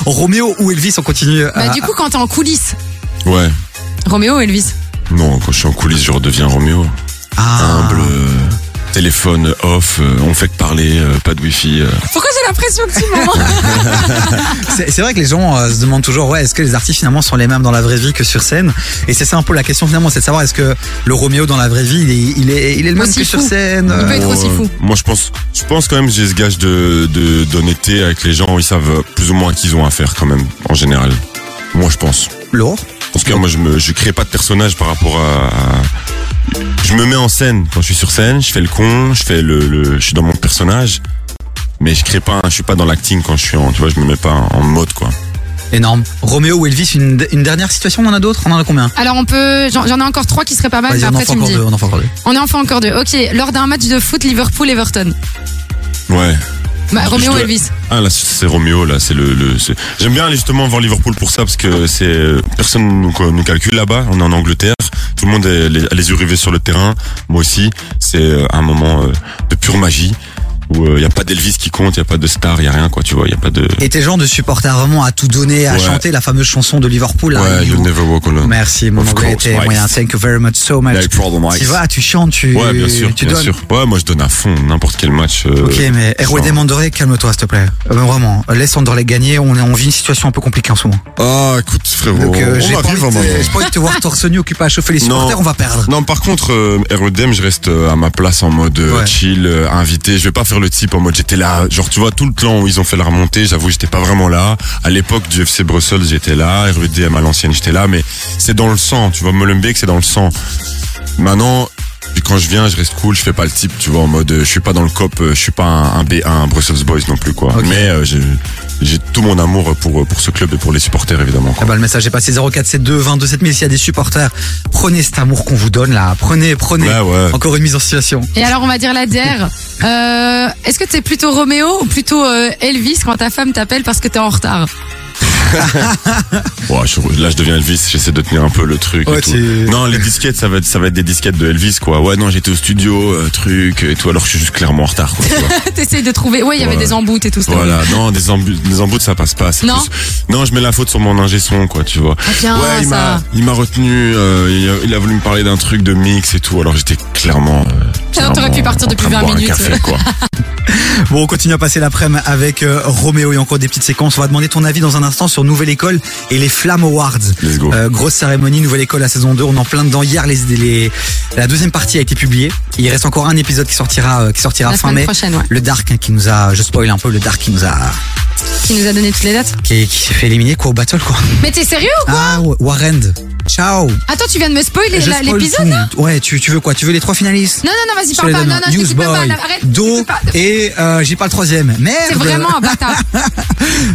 C: Roméo ou Elvis, on continue.
D: Bah,
C: euh,
D: du coup, quand t'es en coulisses,
B: Ouais.
D: Roméo ou Elvis
B: Non, quand je suis en coulisses, je redeviens Roméo.
C: ah.
B: Humble, euh, téléphone off, euh, on fait que parler, euh, pas de wifi. euh.
D: Pourquoi j'ai l'impression que tu *laughs* m'en
C: C'est c'est vrai que les gens euh, se demandent toujours, ouais, est-ce que les artistes finalement sont les mêmes dans la vraie vie que sur scène Et c'est ça un peu la question finalement, c'est de savoir est-ce que le Roméo dans la vraie vie, il est, il est, il est le même
D: Aussi
C: que sur
D: fou.
C: scène
D: Il peut être
B: Bon,
D: aussi
B: euh,
D: fou.
B: Moi, je pense, je pense quand même que j'ai ce gage de, de, d'honnêteté avec les gens. Ils savent plus ou moins à qui ils ont affaire quand même, en général. Moi, je pense.
C: Laure
B: En tout cas, moi, je me, je crée pas de personnage par rapport à, à- je me mets en scène quand je suis sur scène. Je fais le con, je fais le, le- je suis dans mon personnage. Mais je crée pas, un- je suis pas dans l'acting quand je suis en, tu vois, je me mets pas en mode, quoi.
C: Énorme. Roméo ou Elvis, une, une dernière situation, on en a d'autres On en a combien
D: Alors, on peut. J'en j'en ai encore trois qui seraient pas mal, mais
C: Vas-y, on en
D: après,
C: fait
D: tu me
C: encore
D: dis.
C: deux, on en fait encore deux.
D: On en fait encore deux. Ok, lors d'un match de foot Liverpool-Everton.
B: Ouais.
D: Bah,
B: Je
D: Roméo ou
B: dois-
D: Elvis
B: Ah là c'est Roméo là c'est le, le c'est- j'aime bien aller justement voir Liverpool pour ça parce que c'est euh, personne nous, nous calcule là-bas on est en Angleterre tout le monde est, les- a les yeux rivés sur le terrain moi aussi c'est euh, un moment euh, de pure magie où il y a pas d'Elvis qui compte il y a pas de star il y a rien quoi tu vois il y a pas de
C: Et tes gens de supporter vraiment à tout donner, à
B: Ouais.
C: chanter la fameuse chanson de Liverpool. là,
B: ouais
C: You-
B: you'll never walk alone
C: Merci, mon
B: Of
C: anglais
B: course,
C: était
B: Mike.
C: moyen. Thank you very much, so much.
B: No problem, Mike.
C: tu vas, tu chantes, tu,
B: ouais bien sûr
C: tu
B: bien
C: donnes.
B: sûr ouais moi je donne à fond n'importe quel match euh,
C: Ok, mais
B: je
C: RWD
B: sens-
C: Mandoré, calme-toi, s'il te plaît. Euh, ben, vraiment, laisse Mandoré gagner. On, est- on vit une situation un peu compliquée en ce moment.
B: ah écoute frérot
C: Donc, euh, j'ai
B: on
C: pas,
B: arrive
C: envie
B: un
C: de te-
B: moment.
C: j'ai pas envie de te voir torse nu occupé à chauffer les
B: Non.
C: supporters, on va perdre.
B: Non, par contre, euh, R.E.D.M., je reste euh, à ma place en mode euh,
C: Ouais.
B: chill, euh, invité. Je vais pas faire le type en mode j'étais là. Genre, tu vois, tout le clan où ils ont fait la remontée, j'avoue, j'étais pas vraiment là. À l'époque du FC Brussels, j'étais là. R.E.D.M. à l'ancienne, j'étais là. Mais c'est dans le sang, tu vois. Molenbeek, c'est dans le sang. Maintenant, quand je viens, je reste cool. Je fais pas le type, tu vois, en mode euh, je suis pas dans le cop, euh, je suis pas un, un B1 un Brussels Boys non plus, quoi.
C: Ok.
B: Mais euh, j'ai- j'ai tout mon amour pour, euh, pour ce club et pour les supporters, évidemment.
C: Ah
B: Quoi.
C: bah, le message est passé 0472 22 7000 s'il y a des supporters. Prenez cet amour qu'on vous donne là. Prenez, prenez.
B: Ouais, ouais.
C: Encore une mise en situation.
D: Et alors, on va dire la DER. Euh, Est-ce que t'es plutôt Roméo ou plutôt euh, Elvis quand ta femme t'appelle parce que t'es en retard *laughs*
B: Ouais, je- là je deviens Elvis, j'essaie de tenir un peu le truc
C: Ouais,
B: et tout.
C: c'est-
B: Non, les disquettes, ça va être ça va être des disquettes de Elvis quoi. Ouais, non, j'étais au studio, euh, truc et tout alors je suis juste clairement en retard quoi. tu
D: *laughs*
B: vois.
D: T'essayes de trouver. Ouais, il y avait
B: Ouais.
D: des embouts et tout ça.
B: voilà, non, des embouts des embouts ça passe pas, c'est
D: Non.
B: plus- Non, je mets la faute sur mon ingé son quoi, tu vois.
D: Ah, bien,
B: ouais, il m'a
D: ça.
B: il m'a retenu euh, il, a, il a voulu me parler d'un truc de mix et tout alors j'étais clairement euh,
D: Putain, Ah, t'aurais pu
B: clairement
D: partir
B: en
D: depuis
B: train de
D: 20
B: boire un
D: minutes.
B: café,
D: *laughs*
B: quoi.
C: Bon, on continue à passer l'après-midi avec euh, Roméo et encore des petites séquences. On va demander ton avis dans un instant sur Nouvelle École et les Flamme Awards.
B: Let's go.
C: Euh, grosse cérémonie, Nouvelle École, la saison 2. On est en plein dedans. Hier, les, les- la deuxième partie a été publiée. Il reste encore un épisode qui sortira, euh, qui sortira
D: La
C: fin
D: semaine
C: mai.
D: prochaine, ouais.
C: Le Dark hein, qui nous a, je spoil un peu, le Dark qui nous a,
D: Qui nous a donné toutes les dates.
C: qui, qui s'est fait éliminer quoi au battle quoi.
D: Mais t'es sérieux ou quoi
C: Ah, Warren. Ciao.
D: Attends, tu viens de me spoiler
C: Ah. Je
D: la-
C: spoil
D: l'épisode
C: tout.
D: là
C: Ouais, tu, tu veux quoi Tu veux les trois finalistes
D: Non, non, non, vas-y,
C: Je te les
D: parle pas.
C: donne,
D: Non,
C: hein.
D: non, je t'écoute
C: Newsboy,
D: même pas. là, Arrête.
C: Do *laughs*
D: t'écoute pas.
C: et euh, j'ai pas le troisième. Merde.
D: C'est vraiment un bâtard.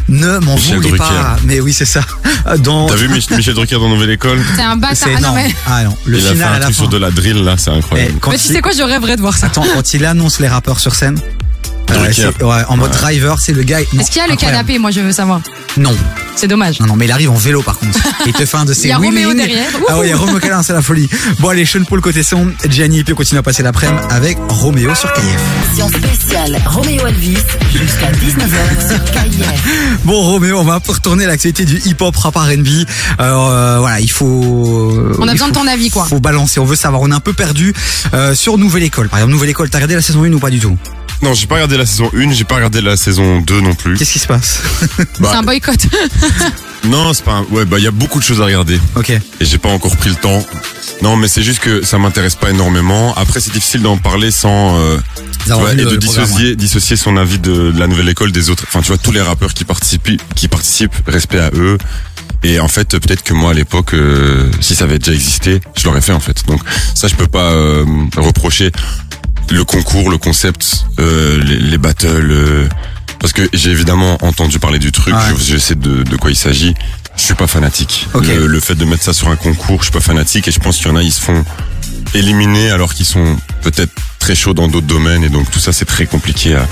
C: Ne m'en
B: Michel
C: voulez
B: Drucker.
C: pas. Mais oui, c'est ça. *laughs* Dans.
B: T'as vu Mich- Michel Drucker dans Nouvelle École
D: C'est un bâtard.
C: C'est
D: Ah, non,
C: énorme.
D: mais...
C: Ah non, le
B: Il a fait
C: final
B: un
C: à la
B: truc
C: fin.
B: sur de la drill là, c'est
C: Eh,
B: incroyable.
C: quand
D: mais tu
C: il-
D: sais quoi, je rêverais de voir ça.
C: Attends, quand il annonce les rappeurs sur scène. euh,
B: Drucker.
C: c'est- ouais, en mode driver, c'est le gars. non,
D: Est-ce qu'il y a le
C: incroyable. Bah,
D: canapé Moi, je veux savoir.
C: Non,
D: C'est dommage.
C: non, non, mais il arrive en vélo par
D: *laughs*
C: contre. Il te fait un de ses
D: Il y a
C: wheeling.
D: Roméo derrière.
C: Ah oui, il y a Roméo Calin, c'est la folie. Bon, allez, Sean Paul côté son. Gianni peut continuer à passer l'après-midi avec Roméo sur KF.
A: Émission spéciale Roméo Elvis jusqu'à 19h sur KIF.
C: Bon Roméo, on va un peu retourner à l'actualité du hip-hop rap R&B. Alors euh, voilà, il faut.
D: On a
C: il
D: besoin de
C: faut-
D: ton avis, quoi.
C: Faut balancer. On veut savoir. On est un peu perdu euh, sur Nouvelle École. Par exemple, Nouvelle École, t'as regardé la saison 1 ou pas du tout
B: Non, j'ai pas regardé la saison 1, j'ai pas regardé la saison 2 non plus.
C: Qu'est-ce qui se passe *laughs*
B: Bah,
D: C'est un boycott.
B: Non, c'est pas. un- Ouais, bah il y a beaucoup de choses à regarder
C: Ok.
B: et j'ai pas encore pris le temps. Non, mais c'est juste que ça m'intéresse pas énormément. Après, c'est difficile d'en parler sans euh, tu
C: D'avoir
B: vois,
C: vu
B: et
C: le-
B: de
C: le programme,
B: dissocier, dissocier son avis de, de la nouvelle école des autres. Enfin, tu vois, tous les rappeurs qui participent, qui participent, respect à eux. Et en fait, peut-être que moi à l'époque, euh, si ça avait déjà existé, je l'aurais fait en fait. Donc ça, je peux pas euh, reprocher. le concours, le concept, euh, les, les battles. euh, parce que j'ai évidemment entendu parler du truc,
C: Ouais.
B: je, je sais de, de quoi il s'agit. Je suis pas fanatique.
C: Ok.
B: Le, le fait de mettre ça sur un concours, je suis pas fanatique et je pense qu'il y en a, ils se font éliminer alors qu'ils sont peut-être très chauds dans d'autres domaines et donc tout ça c'est très compliqué à,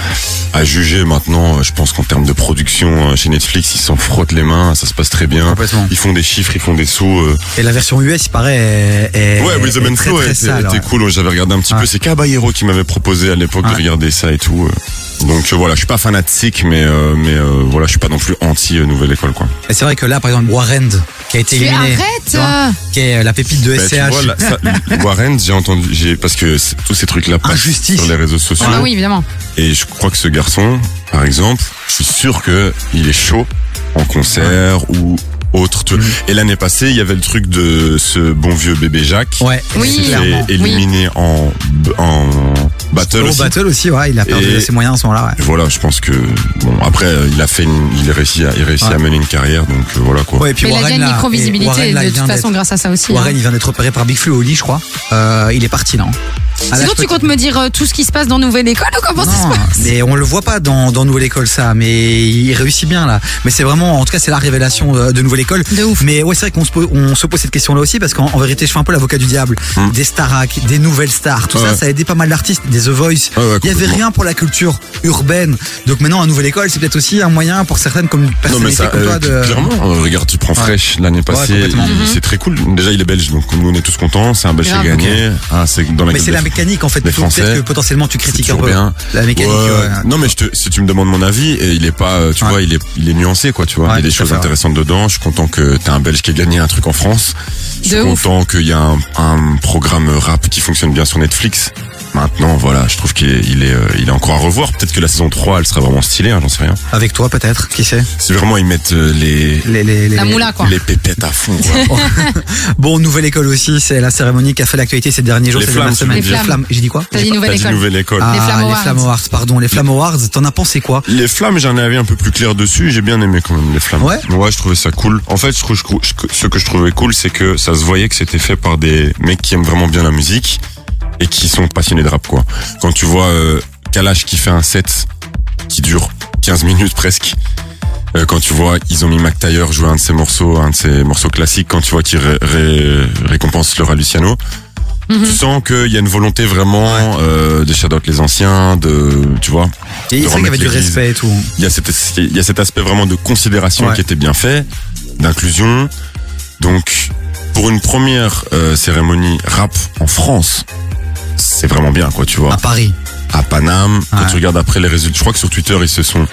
B: à juger maintenant. euh, Je pense qu'en termes de production euh, chez Netflix, ils s'en frottent les mains, ça se passe très bien.
C: Complètement.
B: Ils font des chiffres, ils font des sous. euh,
C: Et la version US, il paraît, est, est-
B: Ouais, With the
C: est
B: Man
C: très,
B: Flow
C: très
B: était,
C: sale,
B: était
C: ouais.
B: cool. J'avais regardé un petit
C: Ouais.
B: peu. C'est Caballero qui m'avait proposé à l'époque
C: Ouais.
B: de regarder ça et tout. euh. Donc euh, voilà, je suis pas fanatique, mais euh, mais euh, voilà, je suis pas non plus anti euh, nouvelle école quoi.
C: Et c'est vrai que là, par exemple, Warren, qui a été
D: Mais
C: éliminé,
D: arrête
C: tu vois,
D: euh,
C: qui est la pépite de
B: Bah, tu
C: SCH.
B: vois, là, ça, Warren, j'ai entendu, j'ai parce que c'est- tous ces trucs là passent
C: Injustice.
B: sur les réseaux sociaux.
D: Ah bah oui, évidemment.
B: Et je crois que ce garçon, par exemple, je suis sûr que il est chaud en concert ou autre. truc.
C: Mm.
B: Et l'année passée, il y avait le truc de ce bon vieux bébé Jacques.
C: Ouais,
D: Oui.
B: qui s'est
C: clairement.
D: Oui.
B: éliminé en en battle
C: Au
B: aussi.
C: battle aussi, ouais, il a perdu
B: Et-
C: ses moyens à ce moment-là. Ouais.
B: voilà, je pense que bon après euh, il a fait une- il a réussi à il a réussi
C: Ouais.
B: à mener une carrière donc euh, voilà quoi.
C: Ouais, et puis
D: Mais il a
C: Warren,
D: déjà une
C: là, et
D: micro-visibilité
C: Warren, là,
D: de
C: il
D: toute
C: vient
D: façon
C: d'être-
D: grâce à ça aussi. hein.
C: Warren, il vient d'être repéré par Big Flo au lit, je crois. Euh, il est parti, non À la
D: Sinon, tu
C: chouette.
D: comptes me dire euh, tout ce qui se passe dans Nouvelle École ou comment ça se
C: Non,
D: passe
C: Ah. mais on le voit pas dans, dans Nouvelle École ça, mais il réussit bien là. Mais c'est vraiment, en tout cas, c'est la révélation euh, de, de Nouvelle École.
D: De ouf.
C: Mais ouais, c'est vrai qu'on se, pose- on se pose cette question là aussi parce qu'en en vérité, je fais un peu l'avocat du diable. Des Starac, des nouvelles stars, tout ça,
B: Hmm. Ouais.
C: ça a aidé pas mal d'artistes, des The Voice.
B: Ouais, ouais,
C: il y avait
B: complètement.
C: rien pour la culture urbaine. Donc maintenant, à Nouvelle École, c'est peut-être aussi un moyen pour certaines comme
B: Non mais
C: personnalités
B: ça
C: comme toi
B: euh,
C: de.
B: clairement euh, regarde tu prends fraîche l'année passée
C: complètement. Mm-hmm.
B: il- c'est très cool déjà il est belge donc nous on est tous contents c'est un belge qui a
D: Grave.
B: gagné ah, c'est dans la
C: Mais c'est la mécanique en fait.
B: Les Français,
C: Peut-être que potentiellement tu critiques un
B: toujours
C: peu
B: bien.
C: la mécanique.
B: Ouais,
C: ouais.
B: Non mais je te, si tu me demandes mon avis, et il est pas, euh, tu
C: Ouais.
B: vois, il est, il est nuancé quoi, tu vois.
C: Ouais,
B: il y a des
C: tout à
B: choses
C: fait, ouais.
B: intéressantes dedans. Je suis content que t'as un Belge qui a gagné un truc en France. Je suis
D: De ouf.
B: content qu'il y a un, un programme rap qui fonctionne bien sur Netflix. Maintenant, voilà, je trouve qu'il est, il est, euh, il est encore à revoir. Peut-être que la saison 3, elle sera vraiment stylée, hein, j'en sais rien.
C: Avec toi peut-être, qui sait
B: Si vraiment ils mettent euh, les,
C: les, les, les-
D: La moula, quoi.
B: les pépettes à fond. quoi. *laughs*
C: Bon, nouvelle école aussi, c'est la cérémonie qui a fait l'actualité ces derniers jours,
B: Les
C: ces
B: flammes,
C: dernières
B: tu
C: semaines.
D: veux dire.
C: Les flammes, j'ai dit quoi
D: T'as dit
B: T'as
D: Nouvelle
B: dit
D: École.
B: nouvelle école.
C: Ah,
D: Flammes
C: les
D: Awards.
C: Flammes Awards, pardon, les
B: Mmh.
C: Flammes Awards, t'en as pensé quoi
B: Les flammes, j'en avais un peu plus clair dessus. J'ai bien aimé quand même les flammes.
C: Ouais.
B: je trouvais ça cool. En fait, je trouve, je trouve- je- ce que je trouvais cool, c'est que ça se voyait que c'était fait par des mecs qui aiment vraiment bien la musique et qui sont passionnés de rap, quoi. Quand tu vois euh, Kalash qui fait un set qui dure 15 minutes presque. euh, Quand tu vois, ils ont mis Mac Taylor jouer un de ses morceaux, un de ses morceaux classiques. Quand tu vois qu'ils ré- ré- récompensent Laura Luciano, tu sens qu'il y a une volonté vraiment euh, de shout-out les anciens, de tu vois,
C: Et
B: de
C: C'est vrai qu'il y avait
B: remettre
C: du
B: l'église
C: respect et tout.
B: il y a cet, il y a cet aspect vraiment de considération
C: Ouais.
B: qui était bien fait, d'inclusion. Donc, pour une première euh, cérémonie rap en France, c'est vraiment bien, quoi, tu vois.
C: À Paris.
B: À Paname, quand
C: Ah. Ouais.
B: tu regardes après les résultats, je crois que sur Twitter, ils se sont.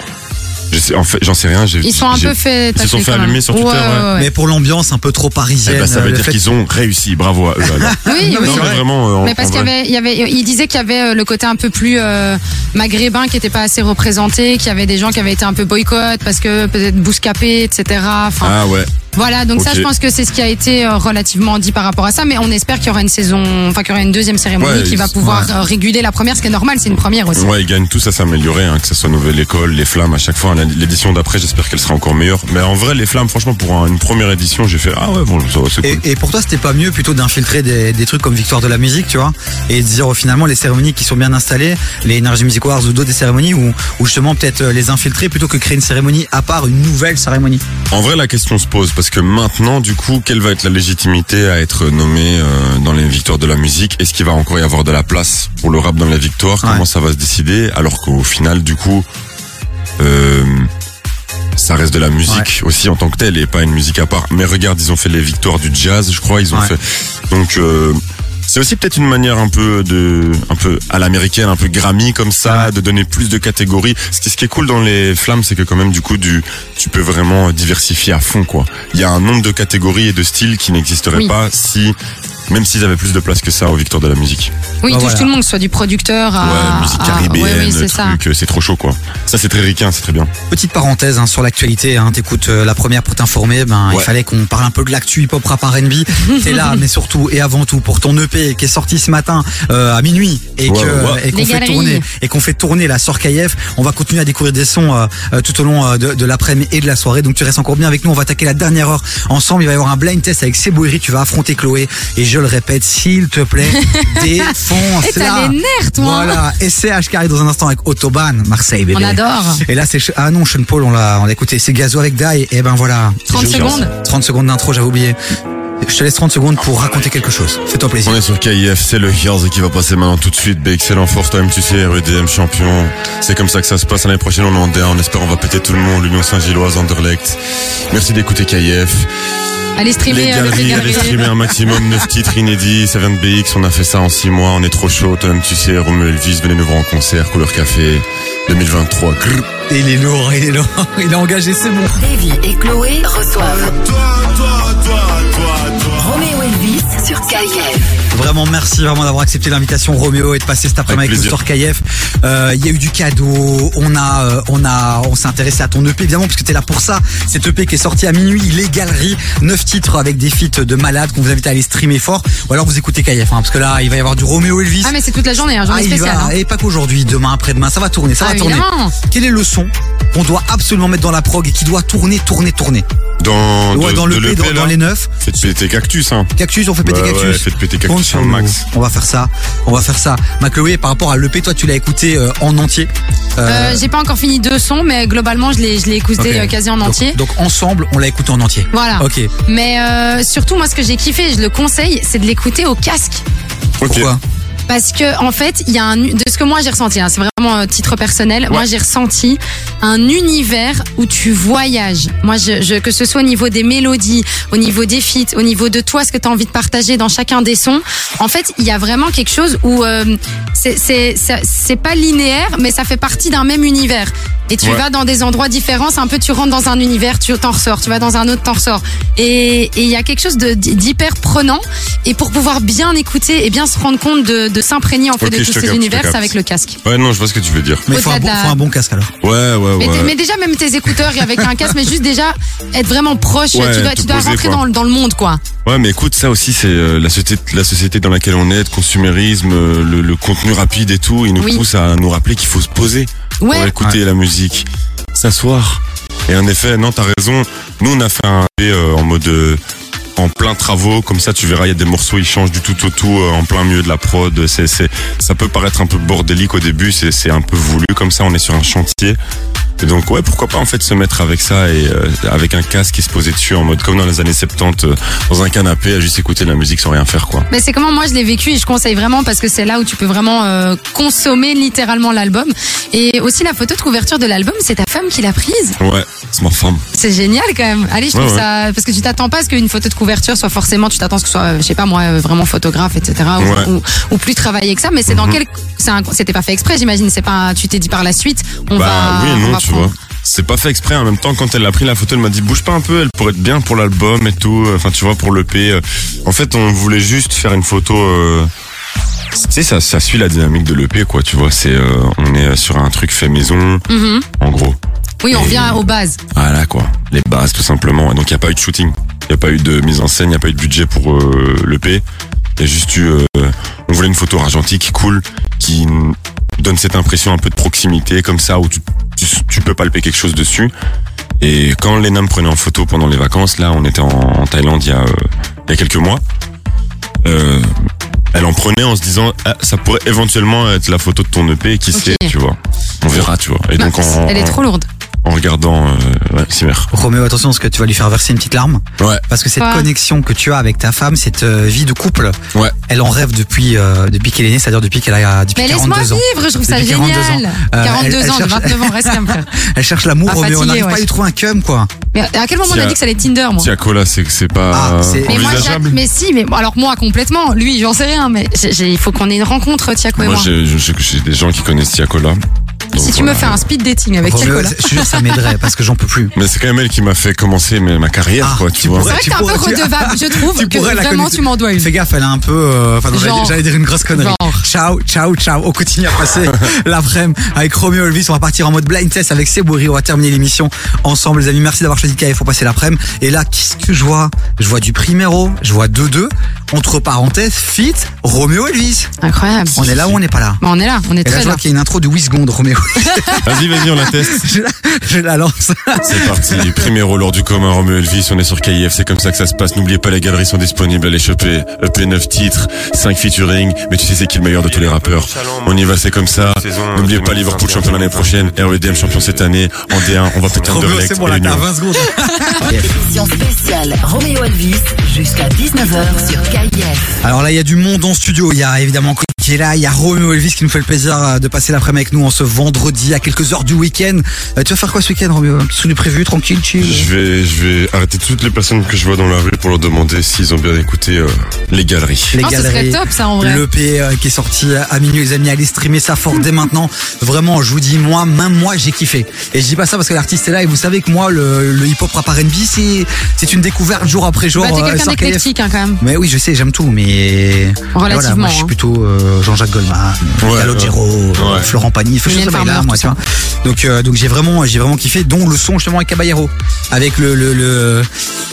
B: Je sais, en fait, j'en sais rien. j'ai-
D: Ils sont un
B: j'ai-
D: peu fait
B: Ils se sont
D: tâcher,
B: fait
D: quand même.
B: allumer sur Twitter,
D: Ouais,
B: ouais.
D: ouais, ouais.
C: Mais pour l'ambiance un peu trop
B: Eh
C: parisienne.
B: ben, ça veut
C: le
B: dire
C: fait-
B: qu'ils ont réussi. Bravo à eux. alors.
D: Oui,
C: Non, mais
D: *laughs* oui.
B: non,
C: c'est
B: mais
C: vrai.
B: vraiment. euh, en-
D: Mais parce
B: en
D: qu'il y
B: vrai.
D: avait, il y avait, il disait qu'il y avait euh, le côté un peu plus euh, maghrébin qui n'était pas assez représenté, qu'il y avait des gens qui avaient été un peu boycott parce que peut-être bouscapés, etc. Enfin,
B: Ah ouais.
D: voilà. Donc ça,
B: ok.
D: je pense que c'est ce qui a été euh, relativement dit par rapport à ça. Mais on espère qu'il y aura une saison, enfin qu'il y aura une deuxième cérémonie
B: Ouais,
D: qui va
B: ils-
D: pouvoir euh, réguler la première, ce qui est normal, c'est une première aussi.
B: Ouais, ils gagnent tous à s'améliorer, hein, que ce soit Nouvelle École, les Flammes à chaque fois. hein. L'édition d'après, j'espère qu'elle sera encore meilleure. Mais en vrai, les Flammes, franchement, pour un- une première édition, j'ai fait ah ouais, bon, ça va, c'est cool.
C: Et, et pour toi, c'était pas mieux plutôt d'infiltrer des, des trucs comme Victoire de la musique, tu vois, et de dire oh, finalement les cérémonies qui sont bien installées, les Energy Music Awards ou d'autres des cérémonies où, où justement peut-être euh, les infiltrer plutôt que créer une cérémonie à part, une nouvelle cérémonie.
B: En vrai, la question se pose parce que maintenant, du coup, quelle va être la légitimité à être nommé euh, dans les victoires de la musique Est-ce qu'il va encore y avoir de la place pour le rap dans les victoires
C: Ouais.
B: Comment ça va se décider Alors qu'au final, du coup, euh, ça reste de la musique aussi en tant que telle et pas une musique à part. Mais regarde, ils ont fait les victoires du jazz, je crois. Ils ont
C: Ouais.
B: fait. Donc. euh, c'est aussi peut-être une manière un peu de, un peu à l'américaine, un peu Grammy comme ça, de donner plus de catégories. Ce qui, ce qui est cool dans les flammes, c'est que quand même du coup, du, tu peux vraiment diversifier à fond quoi. Il y a un nombre de catégories et de styles qui n'existeraient
D: Oui.
B: pas si, même s'ils avaient plus de place que ça aux Victoires de la musique.
D: Oui,
C: Bah,
D: il touche
C: voilà.
D: tout le monde, que ce soit du producteur à,
B: Ouais, musique
D: à-
B: caribéenne,
D: Ah, ouais, oui, c'est ça.
B: truc, euh, c'est trop chaud quoi. Ça c'est très ricain, c'est très bien.
C: Petite parenthèse hein, sur l'actualité, hein, t'écoutes euh, la première pour t'informer, ben, il
B: Ouais.
C: fallait qu'on parle un peu de l'actu hip-hop rap R&B,
B: *laughs*
C: t'es là mais surtout et avant tout pour ton EP qui est sorti ce matin euh, à minuit et
B: Ouais, ouais,
C: que-
B: ouais.
C: et qu'on
D: Des
C: fait
D: galeries.
C: tourner et qu'on fait tourner la Sorkaïef, on va continuer à découvrir des sons euh, euh, tout au long euh, de, de l'après-midi et de la soirée, donc tu restes encore bien avec nous, on va attaquer la dernière heure ensemble, il va y avoir un blind test avec Sebouiri, tu vas affronter Chloé et je je le répète, s'il te
D: *laughs*
C: plaît, défonce
D: Eh, t'as les nerfs, toi, hein.
C: Voilà, et c'est HK dans un instant avec Autobahn, Marseille, bébé.
D: On adore.
C: Et là, c'est. Ch- Ah non, Sean Paul, on l'a on l'a écouté. C'est Gazo avec Die. Et ben voilà.
D: 30
C: C'est
D: secondes.
C: génial. 30 secondes d'intro, j'avais oublié. Je te laisse 30 secondes pour raconter quelque chose. Fais-toi plaisir.
B: On est sur KIF, c'est le Hears qui va passer maintenant tout de suite. Bah, excellent Force Time, tu sais, REDM champion. C'est comme ça que ça se passe. L'année prochaine, on est en D1. On espère on va péter tout le monde. L'Union Saint-Gilloise, Anderlecht. Merci d'écouter KIF.
D: Allez
B: Les
D: streamer euh, le
B: galeries, allez
D: Galeries.
B: streamer un maximum 9 titres inédits. Ça vient de BX. On a fait ça en 6 mois. On est trop chaud. Toi-même, tu sais, Romeo Elvis, venez nous voir en concert. Couleur Café 2023. Grrr.
C: Il est lourd, il est lourd. *laughs* Il est engagé, c'est bon.
A: Davy et Chloé reçoivent
E: Toi, toi, toi, toi, toi.
A: Roméo Elvis sur KIF.
C: Vraiment, merci vraiment d'avoir accepté l'invitation, Roméo, et de passer cet après-midi
B: Avec
C: avec, nous
B: plaisir.
C: sur KF. Euh, Il y a eu du cadeau. On a, euh, on a, on s'est intéressé à ton EP évidemment parce que t'es là pour ça. Cet EP qui est sorti à minuit, les galeries, neuf titres avec des feats de malades qu'on vous invite à aller streamer fort. Ou alors vous écoutez KF, hein, parce que là, il va y avoir du Roméo Elvis.
D: Ah, mais c'est toute la journée, hein, journée
C: Ah, il
D: spéciale.
C: va,
D: hein.
C: et pas qu'aujourd'hui, demain, après-demain, ça va tourner, ça
D: Ah,
C: va tourner.
D: évidemment.
C: Quel est le son qu'on doit absolument mettre dans la prog et qui doit tourner, tourner, tourner
B: Dans,
C: Ouais,
B: Oh, de-
C: dans
B: de
C: le P, dans,
B: l'EP,
C: dans
B: là.
C: les neuf.
B: Faites péter cactus, hein.
C: Cactus, on fait péter
B: Ouais, ouais,
C: Cactus.
B: faites péter Cactus
C: Compte sur
B: un
C: nous.
B: max.
C: On va faire ça. On va faire ça. McLoé, par rapport à l'EP, toi, tu l'as écouté euh, en entier.
D: Euh, j'ai pas encore fini deux sons, mais globalement, je l'ai, je l'ai écouté
C: ok.
D: euh, quasi en
C: Donc-
D: entier. Ah.
C: Donc, ensemble, on l'a écouté en entier.
D: Voilà.
C: Ok.
D: Mais euh, surtout, moi, ce que j'ai kiffé, je le conseille, c'est de l'écouter au casque.
B: Ok.
C: Pourquoi
D: Parce que en fait, il y a un de ce que moi j'ai ressenti, hein, c'est vraiment euh, titre personnel. Moi j'ai ressenti un univers où tu voyages. Moi, je, je- que ce soit au niveau des mélodies, au niveau des feats, au niveau de toi, ce que tu as envie de partager dans chacun des sons. En fait, il y a vraiment quelque chose où euh, c'est- c'est ça- c'est pas linéaire, mais ça fait partie d'un même univers. Et tu
B: Ouais.
D: vas dans des endroits différents, c'est un peu tu rentres dans un univers, tu t'en ressors, tu vas dans un autre, t'en ressors. Et et il y a quelque chose de- d'hyper prenant. Et pour pouvoir bien écouter et bien se rendre compte de, de s'imprégner en fait
B: Ok,
D: de
B: je
D: tous
B: te
D: ces
B: capte, je te
D: univers, c'est
B: capte.
D: avec le casque.
B: Ouais, non, je vois ce que tu veux dire.
C: Mais faut un,
D: Au-delà
C: bon,
D: de la-
C: faut un bon casque alors.
B: Ouais, ouais,
D: Mais,
B: ouais.
D: mais déjà même tes écouteurs et avec un casque, mais juste déjà être vraiment proche,
B: Ouais,
D: tu dois,
B: te
D: tu dois
B: poser,
D: rentrer
B: quoi.
D: dans, le- dans le monde quoi.
B: Ouais, mais écoute, ça aussi, c'est euh, la, société, la société dans laquelle on est, de consumérisme, euh, le, le contenu rapide et tout, il nous
D: Oui.
B: pousse à nous rappeler qu'il faut se poser
D: Ouais,
B: pour écouter la musique, s'asseoir. Et en effet, non, t'as raison. Nous, on a fait un EP euh, en mode euh, en plein travaux, comme ça, tu verras, il y a des morceaux, ils changent du tout au tout euh, en plein milieu de la prod. C'est, c'est, ça peut paraître un peu bordélique au début, c'est, c'est un peu voulu, comme ça, on est sur un chantier. Et donc ouais, pourquoi pas en fait se mettre avec ça et euh, avec un casque qui se posait dessus en mode comme dans les années 70 euh, dans un canapé à juste écouter de la musique sans rien faire quoi.
D: mais c'est comment moi je l'ai vécu et je conseille vraiment parce que c'est là où tu peux vraiment euh, consommer littéralement l'album. Et aussi la photo de couverture de l'album, c'est ta femme qui l'a prise.
B: Ouais, c'est ma femme.
D: C'est génial quand même. Allez, je
B: Ouais,
D: trouve
B: ouais.
D: ça parce que tu t'attends pas à ce qu'une photo de couverture soit forcément. Tu t'attends à ce que ce soit, euh, je sais pas moi, euh, vraiment photographe, etc. ou-
B: Ouais. Mhm.
D: Ou, ou plus travaillé que ça. Mais c'est dans quel, c'est un- c'était pas fait exprès, j'imagine. C'est pas, tu t'es dit par la suite, on
B: bah
D: va.
B: oui et
D: on
B: non
D: va
B: tu
D: prendre.
B: vois. C'est pas fait exprès en même temps quand elle a pris la photo elle m'a dit bouge pas un peu elle pourrait être bien pour l'album et tout euh, enfin tu vois pour le P. euh. En fait on voulait juste faire une photo euh, tu sais ça, ça suit la dynamique de l'EP quoi tu vois c'est euh, on est sur un truc fait maison
D: Mhm.
B: en gros
D: Oui, on
B: Et-
D: revient aux bases.
B: Voilà quoi, les bases tout simplement. Et donc il n'y a pas eu de shooting, il n'y a pas eu de mise en scène, il n'y a pas eu de budget pour euh, l'EP. Il y a juste eu, euh, on voulait une photo argentique cool qui n- donne cette impression un peu de proximité comme ça où tu, tu, tu peux palper quelque chose dessus. Et quand Lena me prenait en photo pendant les vacances, là on était en, en Thaïlande il y, a, euh, il y a quelques mois, euh, elle en prenait en se disant Ah, ça pourrait éventuellement être la photo de ton EP, qui
D: Ok. Bah,
B: sait, tu vois. On verra, tu vois. Et donc en,
D: Elle est trop lourde.
B: en regardant euh, ouais, Cimer.
C: Roméo, attention parce que tu vas lui faire verser une petite larme.
B: Ouais.
C: Parce que cette
D: Ah.
C: connexion que tu as avec ta femme, cette euh, vie de couple,
B: Ouais.
C: elle en rêve depuis, euh, depuis qu'elle est née, c'est-à-dire depuis qu'elle a depuis
D: Mais laisse-moi
C: 42 ans.
D: vivre, je trouve ça
C: Depuis
D: génial.
C: 42 ans. Euh,
D: 42
C: elle- elle
D: ans, de
C: cherche-
D: 29 ans, reste calme, frère.
C: Elle cherche l'amour,
D: Ah,
C: Roméo. On
D: fatiguée,
C: n'arrive
D: ouais.
C: pas à lui trouver un cum, quoi.
D: Mais à quel moment on a
B: Tiens.
D: dit que ça allait Tinder, moi
B: Tiakola, c'est que c'est pas
C: Ah,
B: euh,
C: c'est-
D: mais moi, j'ai-
B: envisageable.
D: mais si, mais alors moi complètement, lui j'en sais rien, mais j'ai- j'ai- il faut qu'on ait une rencontre, Tiako et
B: Moi,
D: moi.
B: j'ai j'ai- j'ai des gens qui connaissent Tiakola.
D: Si
B: Donc,
D: tu me
B: voilà.
D: fais un speed dating avec
C: Roméo,
D: Tiako, là.
C: je te jure, ça m'aiderait parce que j'en peux plus.
B: Mais c'est quand même elle qui m'a fait commencer ma ma carrière,
C: Ah,
B: quoi, tu
C: tu
B: vois.
D: C'est vrai
C: Tu
D: que t'es un peu
C: pourrais- tu-
D: redevable, je
C: *laughs*
D: trouve,
C: Tu
D: que
C: pourrais la
D: vraiment
C: connaître.
D: tu m'en dois une.
C: Fais gaffe, elle a un peu. euh, Enfin, non, j'allais-
D: Genre.
C: j'allais dire une grosse connerie.
D: Genre.
C: Ciao, ciao, ciao. On continue à
D: *laughs*
C: passer l'après-midi avec Romeo Elvis. On va partir en mode blind test avec Sebouri. On va terminer l'émission ensemble, les amis. Merci d'avoir choisi KF pour passer l'après-midi. Et là, qu'est-ce que je vois Je vois du primero, je vois 2-2. Entre parenthèses, fit Romeo Elvis.
D: Incroyable.
C: On est là ou on n'est pas là
D: Bah, on est là, on est
C: Et là,
D: très
C: je
D: là.
C: vois qu'il y a une intro de 8 secondes, Romeo. *laughs* coup,
B: Vas-y, vas-y, on la teste.
C: je la, je la lance.
B: C'est
C: *laughs*
B: parti. Primero lors du commun, Romeo Elvis. On est sur KIF. C'est comme ça que ça se passe. N'oubliez pas, les galeries sont disponibles. Allez choper. EP 9 titres, 5 featuring. Mais tu sais, c'est qui le meilleur de tous les rappeurs? On y va, c'est comme ça. N'oubliez pas Liverpool champion l'année prochaine. REDM champion cette année. En D1, on va péter un
C: Romeo,
B: Derlecht
C: c'est bon,
B: et
C: là,
B: l'Union.
C: t'as 20 secondes.
A: Émission spéciale Roméo Elvis jusqu'à 19h sur KIF.
C: Alors là, il y a du monde en studio. Il y a évidemment Queen qui est là. Il y a Romeo Elvis qui nous fait le plaisir euh, de passer l'après-midi avec nous en ce vendredi à quelques heures du week-end. Euh, tu vas faire quoi ce week-end, Romeo Un petit truc de prévu, tranquille, chill
B: Je vais, je vais arrêter toutes les personnes que je vois dans la rue pour leur demander s'ils ont bien écouté euh, les galeries.
C: les
D: Oh, ce serait top, ça, en vrai.
C: L'EP euh, qui est sorti à minuit, les amis, allez streamer ça fort dès maintenant. Vraiment, je vous dis, moi, même moi, j'ai kiffé. Et je dis pas ça parce que l'artiste est là et vous savez que moi, le, le hip-hop rap R&B, c'est, c'est une découverte jour après jour.
D: Bah, t'es
C: euh,
D: quelqu'un
C: sur KF.
D: d'éclectique, hein, quand même.
C: Mais oui, je sais, j'aime tout, mais voilà, moi, je suis
D: hein.
C: plutôt euh, Jean-Jacques Goldman,
B: Ouais,
C: Calogero, euh,
B: Ouais.
C: Florent Pagny, il faut
D: Mylène
C: que je sois
D: Farmer,
C: là, moi, tu vois. Donc, euh, donc j'ai vraiment, j'ai vraiment kiffé, dont le son justement avec Caballero, avec le, le, le-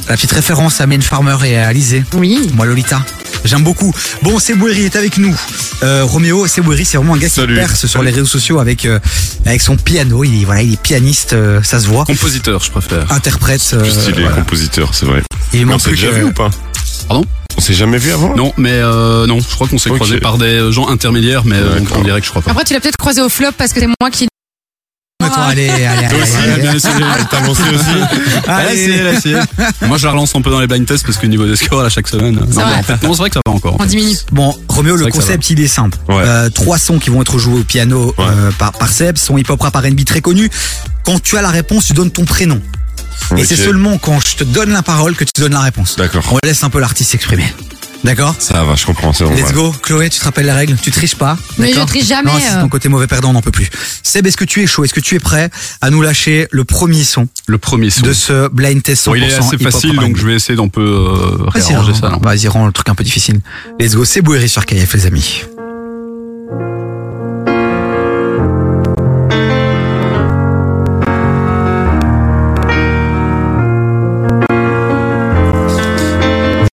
C: la petite référence à Mylène Farmer et à Alizé.
D: Oui.
C: Moi, Lolita. J'aime beaucoup. Bon, Seboueri est avec nous. Euh, Roméo Seboueri, c'est vraiment un gars
B: Salut.
C: qui perce sur
B: Salut.
C: les réseaux sociaux avec euh, avec son piano. Il est voilà, il est pianiste, euh, ça se voit.
F: Compositeur, je préfère.
C: Interprète.
B: Plus stylé,
C: Euh, voilà.
B: compositeur, c'est vrai.
C: Il
B: Mais
C: manque
B: on s'est
C: plus
B: déjà
C: que-
B: vu ou pas
F: Pardon
B: On s'est jamais vu avant
F: Non, mais euh, non, je crois qu'on s'est
B: Ok.
F: croisé par des gens intermédiaires, mais euh,
B: D'accord.
F: en direct, je crois pas.
D: Après, tu l'as peut-être croisé au flop parce que c'est moi qui.
C: Attends, allez, allez, allez,
B: Toi aussi,
C: allez, allez.
B: Ah, bien essayé.
F: *laughs*
B: T'as lancé aussi
F: Elle a
C: Allez.
F: essayé, elle a essayé. Moi, je la relance un peu dans les blind tests parce que niveau des scores, là, chaque semaine. euh, Non,
D: C'est vrai.
F: mais en fait, non, c'est vrai que ça va encore.
D: On diminue.
C: Bon, Roméo, le
F: vrai que ça
C: concept, il est simple.
B: Ouais.
C: Euh, trois sons qui vont être joués au piano
B: Ouais.
C: euh, par, par Seb, son hip-hop rap R&B très connu. Quand tu as la réponse, tu donnes ton prénom. Et
B: Ok.
C: c'est seulement quand je te donne la parole que tu donnes la réponse.
B: D'accord.
C: On laisse un peu l'artiste s'exprimer. D'accord
B: Ça va, je comprends, c'est
C: Let's
B: normal.
C: go. Chloé, tu te rappelles la règle Tu triches pas.
D: Mais
C: d'accord
D: je triche jamais,
C: Non, c'est
D: euh.
C: ton côté mauvais perdant, on n'en peut plus. Seb, est-ce que tu es chaud Est-ce que tu es prêt à nous lâcher le premier son
F: Le premier son.
C: de ce blind test 100%
F: Bon, il est assez
C: hip-hop
F: facile,
C: rap
F: donc
C: R&B?
F: je vais essayer d'un peu euh,
C: Vas-y,
F: réarranger
C: rends-
F: ça. non.
C: hein. Vas-y, rends le truc un peu difficile. Let's go, c'est Bouéry sur KF, les amis.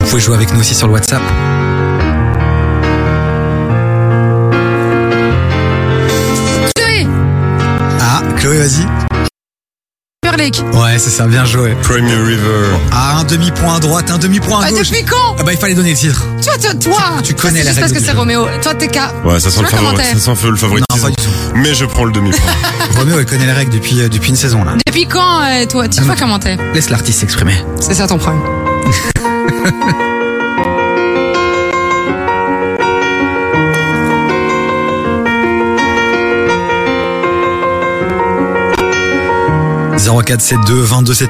C: Vous pouvez jouer avec nous aussi sur le WhatsApp.
D: Chloé
C: Ah, Chloé, vas-y.
D: Timberlake.
C: Ouais, c'est ça, bien joué.
B: Premier River.
C: Ah, un demi-point à droite, un demi-point à
D: Ah,
C: gauche.
D: depuis quand
C: Ah bah, il fallait donner le titre.
D: Toi, toi, toi
C: Tu connais
D: Ah,
C: la
D: C'est juste parce
C: règle
D: que
C: du
D: c'est
C: jeu.
D: Roméo. Toi, t'es K.
B: Ouais, ça sent,
D: Tu
B: le
D: vois comment
B: favori,
D: t'es
B: ça sent le favoritisme.
C: Non, pas du tout.
B: Mais je prends le demi-point.
C: Roméo, il connaît la règle depuis, euh, depuis une saison, là.
D: Depuis quand, euh, toi Tu vois comment t'es
C: Laisse l'artiste s'exprimer.
D: C'est ça ton problème.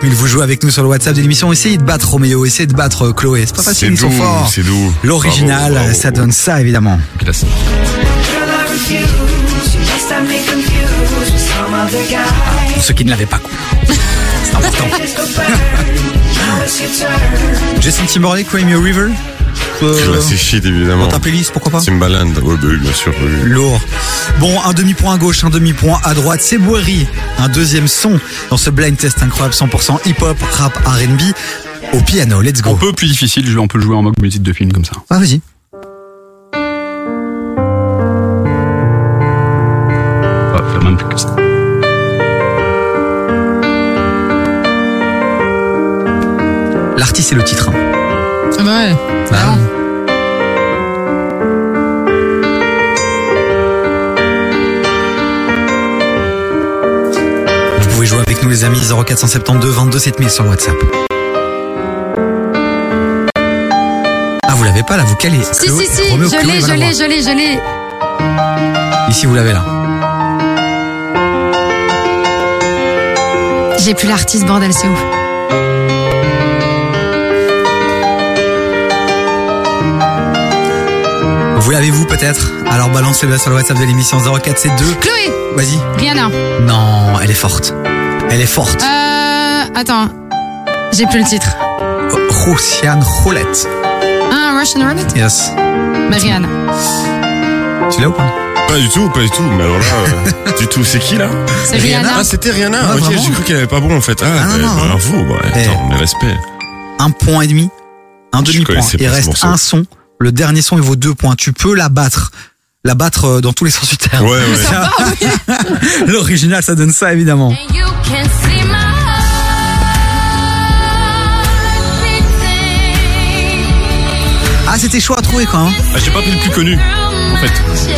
C: mille vous jouez avec nous sur le WhatsApp de l'émission. Essayez de battre Roméo, essayez de battre euh, Chloé. C'est pas
B: C'est
C: facile, ils sont
B: doux,
C: forts.
B: c'est doux.
C: L'original,
B: Bravo, bravo.
C: ça donne ça, évidemment.
F: Classe.
C: Pour ceux qui ne l'avaient pas compris. C'est important. Justin Timberlake, Cry Me a River. Euh,
B: Classic shit, évidemment.
C: dans ta playlist, pourquoi pas
B: Timbaland. Ouais, bah oui, bien sûr. oui, oui.
C: Lourd. Bon, un demi-point à gauche, un demi-point à droite. C'est Boiry. Un deuxième son dans ce blind test incroyable 100% hip-hop, rap, R&B au piano. Let's
F: Un
C: go.
B: Oh.
F: peu plus difficile, je vais un peu le jouer en mode musique de film comme ça.
C: Ah, vas-y.
F: Ouais, faire même plus que ça.
C: L'artiste et le titre. hein.
D: Ah bah ouais. Ah bon.
C: Vous pouvez jouer avec nous les amis 0472 22 7000 sur le WhatsApp. Ah vous l'avez pas là, vous calez.
D: Si,
C: Chloé-
D: si, si,
C: Roméo,
D: je
C: Chloé
D: l'ai,
C: va
D: je
C: l'avoir.
D: l'ai, je l'ai, je l'ai.
C: Ici vous l'avez là.
D: J'ai plus l'artiste, bordel, c'est ouf.
C: Vous l'avez-vous peut-être Alors balancez-le sur le WhatsApp de l'émission 0472.
D: Chloé
C: Vas-y.
D: Rihanna.
C: Non, elle est forte. Elle est forte.
D: Euh. Attends. J'ai plus le titre.
C: Rossiane Roulette.
D: Ah, Russian Roulette
C: Yes.
D: Bah, Rihanna.
C: Tu l'as ou pas
B: Pas du tout, pas du tout. Mais alors là,
C: *laughs*
B: euh, du tout, c'est qui là
D: C'est
C: Rihanna.
D: Rihanna.
B: Ah, c'était Rihanna.
C: Ouais,
B: ok,
C: vraiment.
B: j'ai cru qu'elle avait pas bon en fait. Ah,
C: Ah, non, Eh.
B: bah,
C: non,
B: bravo. Bah, attends, mais respect.
C: Un point et demi. Un
B: Je
C: demi-point.
B: connaissais
C: Il
B: pas ce
C: reste
B: morceau.
C: un son. Le dernier son il vaut deux points. Tu peux la battre. la battre euh, dans tous les sens du terme.
B: Ouais, ouais.
D: Sympa, oui.
C: *laughs* L'original, ça donne ça, évidemment.
G: You can see my heart beating
C: Ah, c'était chaud à trouver, quoi. hein.
F: Ah, J'ai pas pris le plus connu, en fait.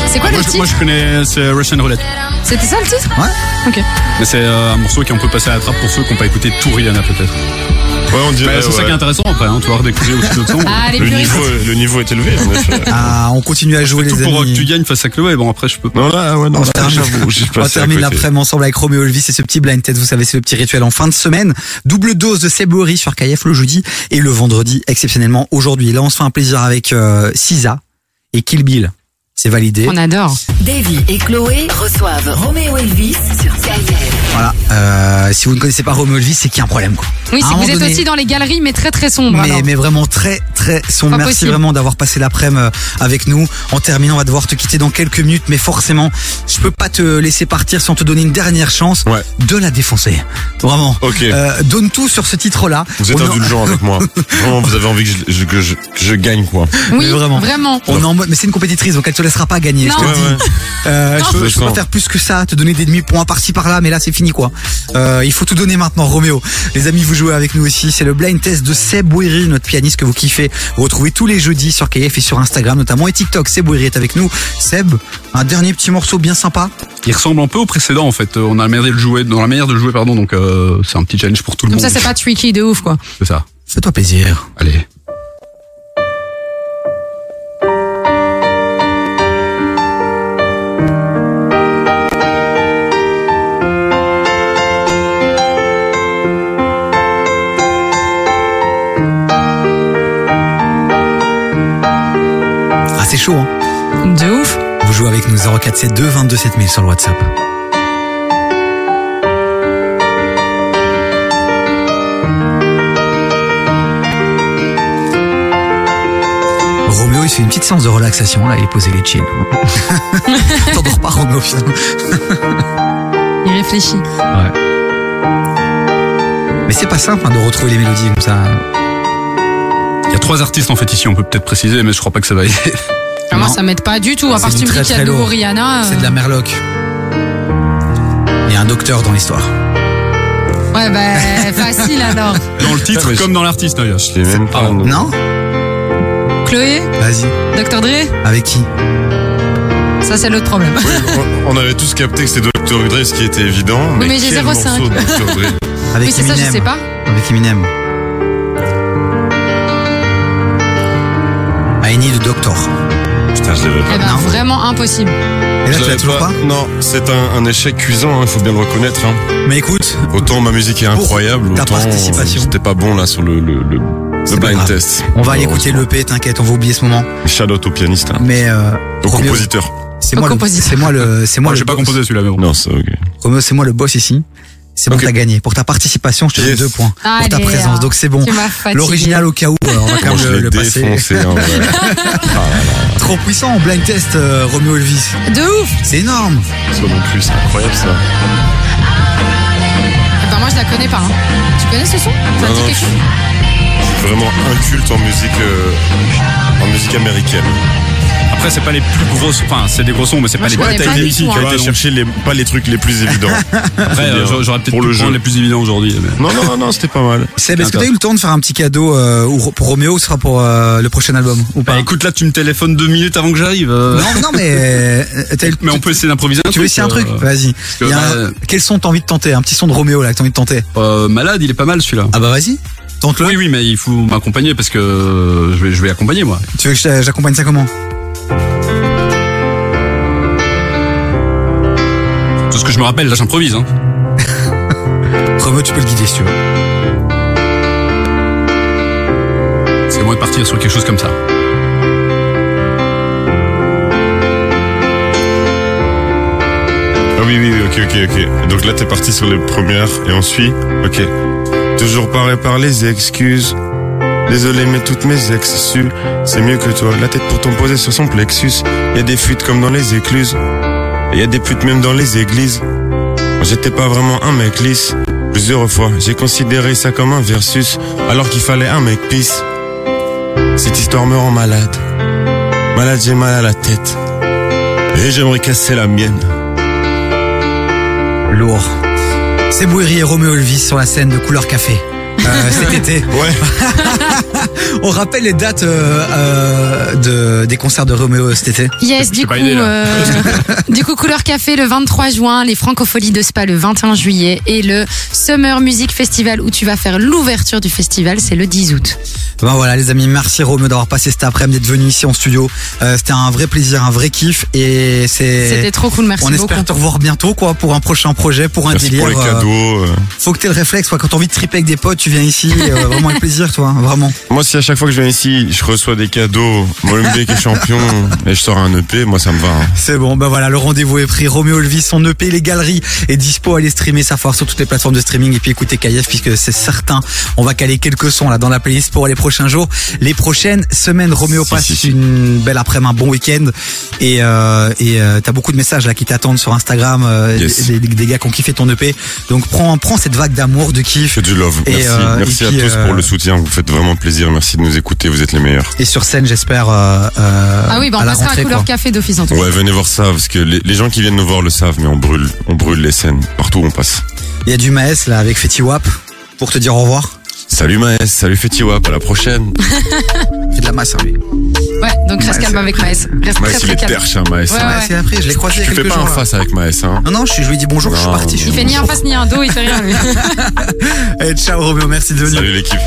D: C'est quoi
F: moi,
D: le
F: je, moi,
D: titre
F: je connais c'est Russian Roulette.
D: C'était ça le titre
C: Ouais.
D: Ok.
F: Mais c'est euh, un morceau qui on peut passer à la trappe pour ceux qui n'ont pas écouté tout Rihanna peut-être.
B: Ouais, on dirait.
F: Bah, c'est ça
B: ouais.
F: qui est intéressant après, hein, tu vas redécouvrir aussi d'autres sons.
D: Ah, les
B: le,
D: puristes.
B: niveau, le niveau est élevé, en
C: *laughs*
B: effet.
C: Ah, on continue à jouer les
F: Tout pour euh, que
C: amis.
F: tu gagnes face à Chloé, bon après je peux pas.
B: Non, là, Ah ouais, non,
C: On
B: là,
C: termine,
B: j'avoue, j'ai
C: on
B: passé à
C: termine
B: côté.
C: l'après-midi ensemble avec Roméo Elvis et ce petit blind test. Vous savez, c'est le petit rituel en fin de semaine. Double dose de Sebori sur KF le jeudi et le vendredi exceptionnellement aujourd'hui. Là, on se fait un plaisir avec euh, Sisa et Kill Bill. C'est validé.
D: On adore.
A: Davy et Chloé reçoivent Roméo Elvis sur KIF.
C: Voilà. Euh, si vous ne connaissez pas Roméo Elvis, c'est qu'il y a un problème. Quoi.
D: Oui,
C: À un
D: c'est que vous
C: moment
D: êtes
C: donné-
D: aussi dans les galeries, mais très très sombre.
C: Mais,
D: alors.
C: mais vraiment très très sombre.
D: Pas
C: Merci
D: possible.
C: vraiment d'avoir passé l'après-midi avec nous. En terminant, on va devoir te quitter dans quelques minutes, mais forcément, je peux pas te laisser partir sans te donner une dernière chance
B: Ouais.
C: de la défoncer. Vraiment.
B: Ok.
C: Euh, donne tout sur ce titre-là.
B: Vous êtes
C: On en-
B: indulgent avec moi. Vraiment, vous avez envie que je, je- que je, que je gagne, quoi.
D: oui,
C: mais vraiment.
D: vraiment.
C: On est en mode- mais c'est une compétitrice, donc elle te laissera pas gagner.
D: Non.
C: Je te le
B: Ouais,
C: dis.
B: ouais.
C: Euh, je,
B: Je
C: peux,
B: le
C: je peux pas
B: sens.
C: faire plus que ça, te donner des demi points par-ci par-là, mais là c'est fini quoi. Euh, il faut tout donner maintenant, Roméo. Les amis, vous jouez avec nous aussi. C'est le blind test de Seb Bouiri, notre pianiste que vous kiffez. Vous retrouvez tous les jeudis sur KF et sur Instagram notamment et TikTok. Seb Bouiri est avec nous. Seb, un dernier petit morceau bien sympa.
F: Il ressemble un peu au précédent en fait. Euh, On a la manière de le jouer, dans la manière de le jouer pardon, donc euh, c'est un petit challenge pour tout le
D: Comme ça,
F: monde.
D: c'est pas tricky de ouf, quoi.
F: C'est ça.
C: Fais-toi plaisir.
F: Allez.
C: Ah c'est chaud hein.
D: De ouf.
C: Vous jouez avec nous 0472 22 7000 sur le WhatsApp. Roméo, il se fait une petite séance de relaxation, là, il est posé les chill. *laughs* T'endors pas, Roméo, finalement.
D: Il réfléchit.
C: Mais c'est pas simple hein, de retrouver les mélodies comme ça.
F: Il y a trois artistes en fait ici, on peut peut-être préciser, mais je crois pas que ça va aider.
D: Ah, Moi,
C: Non.
D: ça m'aide pas du tout. À
C: C'est
D: part si tu
C: du
D: me dis
C: très,
D: qu'il y a
C: très
D: de nouveau
C: lourd.
D: Rihanna.
C: C'est de la
D: euh,
C: merloc. Il y a un docteur dans l'histoire. *laughs*
D: Ouais, bah, facile alors.
F: Dans le titre
B: Ah, mais
F: comme dans l'artiste d'ailleurs.
B: Je l'ai même pas.
F: Ah,
B: non.
C: Non
D: Chloé,
C: Vas-y.
D: Dr. Dre,
C: Avec qui
D: ça, c'est l'autre problème.
B: Oui, on, on avait tous capté que c'est Dr. Dre, ce qui était évident. Mais,
D: mais j'ai
B: quel
D: 0,5.
B: morceau de Dr. Dre
D: *laughs*
C: Avec
D: Oui, c'est ça,
C: Eminem.
D: je sais pas.
C: Avec Eminem. I need a doctor.
B: Putain, je l'avais
D: Eh
B: pas.
D: ben,
C: Non.
D: vraiment impossible.
B: Je
C: Et là, tu l'as
B: l'avais
C: toujours pas,
B: Non, c'est un, un échec cuisant, il faut bien le reconnaître. hein.
C: Mais écoute,
B: Autant ma musique est
C: Pour
B: incroyable,
C: ta
B: autant euh,
C: participation.
B: j'étais pas bon là sur le, le, le- le
C: C'est pas
B: blind
C: grave.
B: test. Euh,
C: on va aller écouter l'EP, t'inquiète, on va oublier ce moment.
B: Shout out au pianiste, hein.
C: Mais euh,
B: au
C: Roméo,
B: compositeur.
C: c'est
D: Au
C: moi, le,
D: compositeur.
C: c'est moi
D: *laughs*
C: le, c'est moi
F: Moi
C: le
F: j'ai pas
C: boss.
F: composé celui-là mais bon.
B: Non, c'est ok.
C: Roméo, c'est moi le boss ici. C'est bon,
B: Ok.
C: t'as gagné. Pour ta participation, je te donne
B: Yes.
C: deux points. pour ta
D: Allez,
C: présence,
D: hein.
C: donc c'est bon.
D: Tu m'as fatigué.
C: L'original au cas où, euh,
B: *laughs*
C: on va quand
B: Moi,
C: même
B: je hein.
C: le,
B: l'ai
C: le passer.
B: défoncé. hein,
C: *laughs*
B: ouais.
C: Trop puissant en blind test, euh, Roméo Elvis.
D: De ouf.
C: C'est énorme.
B: Ça non plus, c'est incroyable ça.
D: Eh ben, moi, je la connais pas. hein. Tu connais ce son Ça te dit
B: non,
D: quelque
B: je-
D: chose
B: Je suis vraiment inculte en musique, euh, en musique américaine.
F: Après c'est pas les plus grosses, enfin c'est des gros sons mais c'est
D: Moi,
F: pas les
D: je
F: plus
D: connais pas
B: été-
D: du tout,
B: t'as
C: Bah,
D: hein.
B: été chercher les, pas les trucs les plus évidents.
C: *laughs*
F: Après,
B: bien.
F: euh, j'a- j'aurais peut-être
B: Pour
F: pu
B: le
F: prendre
B: jeu.
F: les plus évidents aujourd'hui. mais-
B: non, non, non, non, c'était pas mal.
C: Seb, est-ce que
F: D'accord.
C: t'as eu le temps de faire un petit cadeau euh, ou- pour Roméo, ce sera pour euh, le prochain album ou pas
F: Bah écoute, là, tu me téléphones deux minutes avant que j'arrive. euh.
C: Non, non, mais euh, t'as eu le-
F: Mais on peut essayer d'improviser un
C: Tu veux
F: truc,
C: essayer un truc
F: euh,
C: Vas-y.
F: que,
C: Il y a un-
F: bah,
C: Quel son t'as envie de tenter Un petit son de Roméo là que t'as envie de tenter
F: euh, malade, il est pas mal celui-là.
C: Ah bah vas-y. Tente-le.
F: Oui, oui, mais il faut m'accompagner parce que euh, je vais, je vais accompagner moi.
C: Tu veux que je t'a- j'accompagne ça comment
F: Tout ce que je me rappelle, là, j'improvise. Hein.
C: Roméo, tu peux le guider si tu veux.
F: C'est bon de partir sur quelque chose comme ça.
B: Ah oui, oui, oui, ok, ok, ok. Donc là, t'es parti sur les premières et on suit. Ok. Toujours paré par les excuses. Désolé, mais toutes mes ex su. C'est mieux que toi. La tête pourtant posée sur son plexus. Y a des fuites comme dans les écluses. Et y a des putes même dans les églises. J'étais pas vraiment un mec lisse. Plusieurs fois, j'ai considéré ça comme un versus. Alors qu'il fallait un mec pisse. Cette histoire me rend malade. Malade, j'ai mal à la tête. Et j'aimerais casser la mienne.
C: Lourd. C'est Bouiri et Roméo Elvis sur la scène de couleur café. euh, cet été.
B: Ouais.
C: On rappelle les dates euh, euh, de, des concerts de Roméo cet été.
D: Yes,
F: j'ai
D: du coup,
F: pas idée, là.
D: euh, *laughs* du coup, Couleur Café le 23 juin, les Francopholies de Spa le 21 juillet et le Summer Music Festival où tu vas faire l'ouverture du festival, c'est le 10 août.
C: Ben voilà les amis, merci Roméo d'avoir passé cet après-midi, d'être venu ici en studio. Euh, C'était un vrai plaisir, un vrai kiff et
D: C'était
C: c'est...
D: trop cool, merci
C: On
D: beaucoup.
C: espère te revoir bientôt quoi pour un prochain projet, pour un
B: Merci
C: délire.
B: pour les
C: euh,
B: cadeaux. euh.
C: Faut que t'aies le réflexe, quoi. Quand t'as envie de triper avec des potes, tu viens ici. euh, *laughs* vraiment avec plaisir, toi. hein, Vraiment.
B: Moi, si à chaque fois que je viens ici, je reçois des cadeaux, mon qui est
C: *laughs*
B: champion, et je sors un EP, moi, ça me va. hein.
C: C'est bon. Ben voilà, le rendez-vous est pris. Romeo Elvis, son EP, les galeries est dispo à aller streamer sa foire sur toutes les plateformes de streaming et puis écouter Kayef puisque c'est certain. On va caler quelques sons là dans la playlist pour les prochains jours, les prochaines semaines. Romeo
B: Si,
C: passe
B: si, si.
C: une belle après-midi, un bon week-end et euh, et euh, t'as beaucoup de messages là qui t'attendent sur Instagram, euh,
B: Yes.
C: des, des- des gars qui ont kiffé ton EP. Donc prends prends cette vague d'amour, de kiff.
B: Que du love.
C: Et,
B: Merci,
C: euh,
B: merci
C: et
B: à
C: puis,
B: tous
C: euh,
B: pour le soutien. Vous faites vraiment plaisir. Merci de nous écouter. Vous êtes les meilleurs.
C: Et sur scène, j'espère. euh, euh,
D: Ah oui, bah on
C: à la
D: passera
C: rentrée,
D: à Couleur
C: quoi.
D: Café d'office en tout cas.
B: Ouais, venez voir ça parce que les, les gens qui viennent nous voir le savent, mais on brûle, on brûle les scènes partout où on passe.
C: Il y a du Maes là avec Fetty Wap pour te dire au revoir.
B: Salut Maes, salut Fetiwap, à la prochaine.
C: C'est de la masse, hein, lui.
D: Ouais, donc reste
C: Ouais,
D: calme
C: c'est-
D: avec Maes. Reste
B: Maes,
D: très
B: il
D: très
B: est
D: calme.
B: perche, hein, Maes.
D: Ouais,
B: hein.
C: Ouais,
D: Ah ouais.
C: c'est après, je l'ai croisé il y a
B: Tu fais
C: quelques
B: pas un
C: jours. là.
B: face avec Maes, hein.
C: Non, non, je, suis- je lui ai dit bonjour, je suis
B: Non.
C: parti. Je suis
D: Il fait ni un
C: bonjour.
D: face ni un dos, il fait rien lui.
C: Eh, ciao Roméo, merci de venir.
B: Salut l'équipe.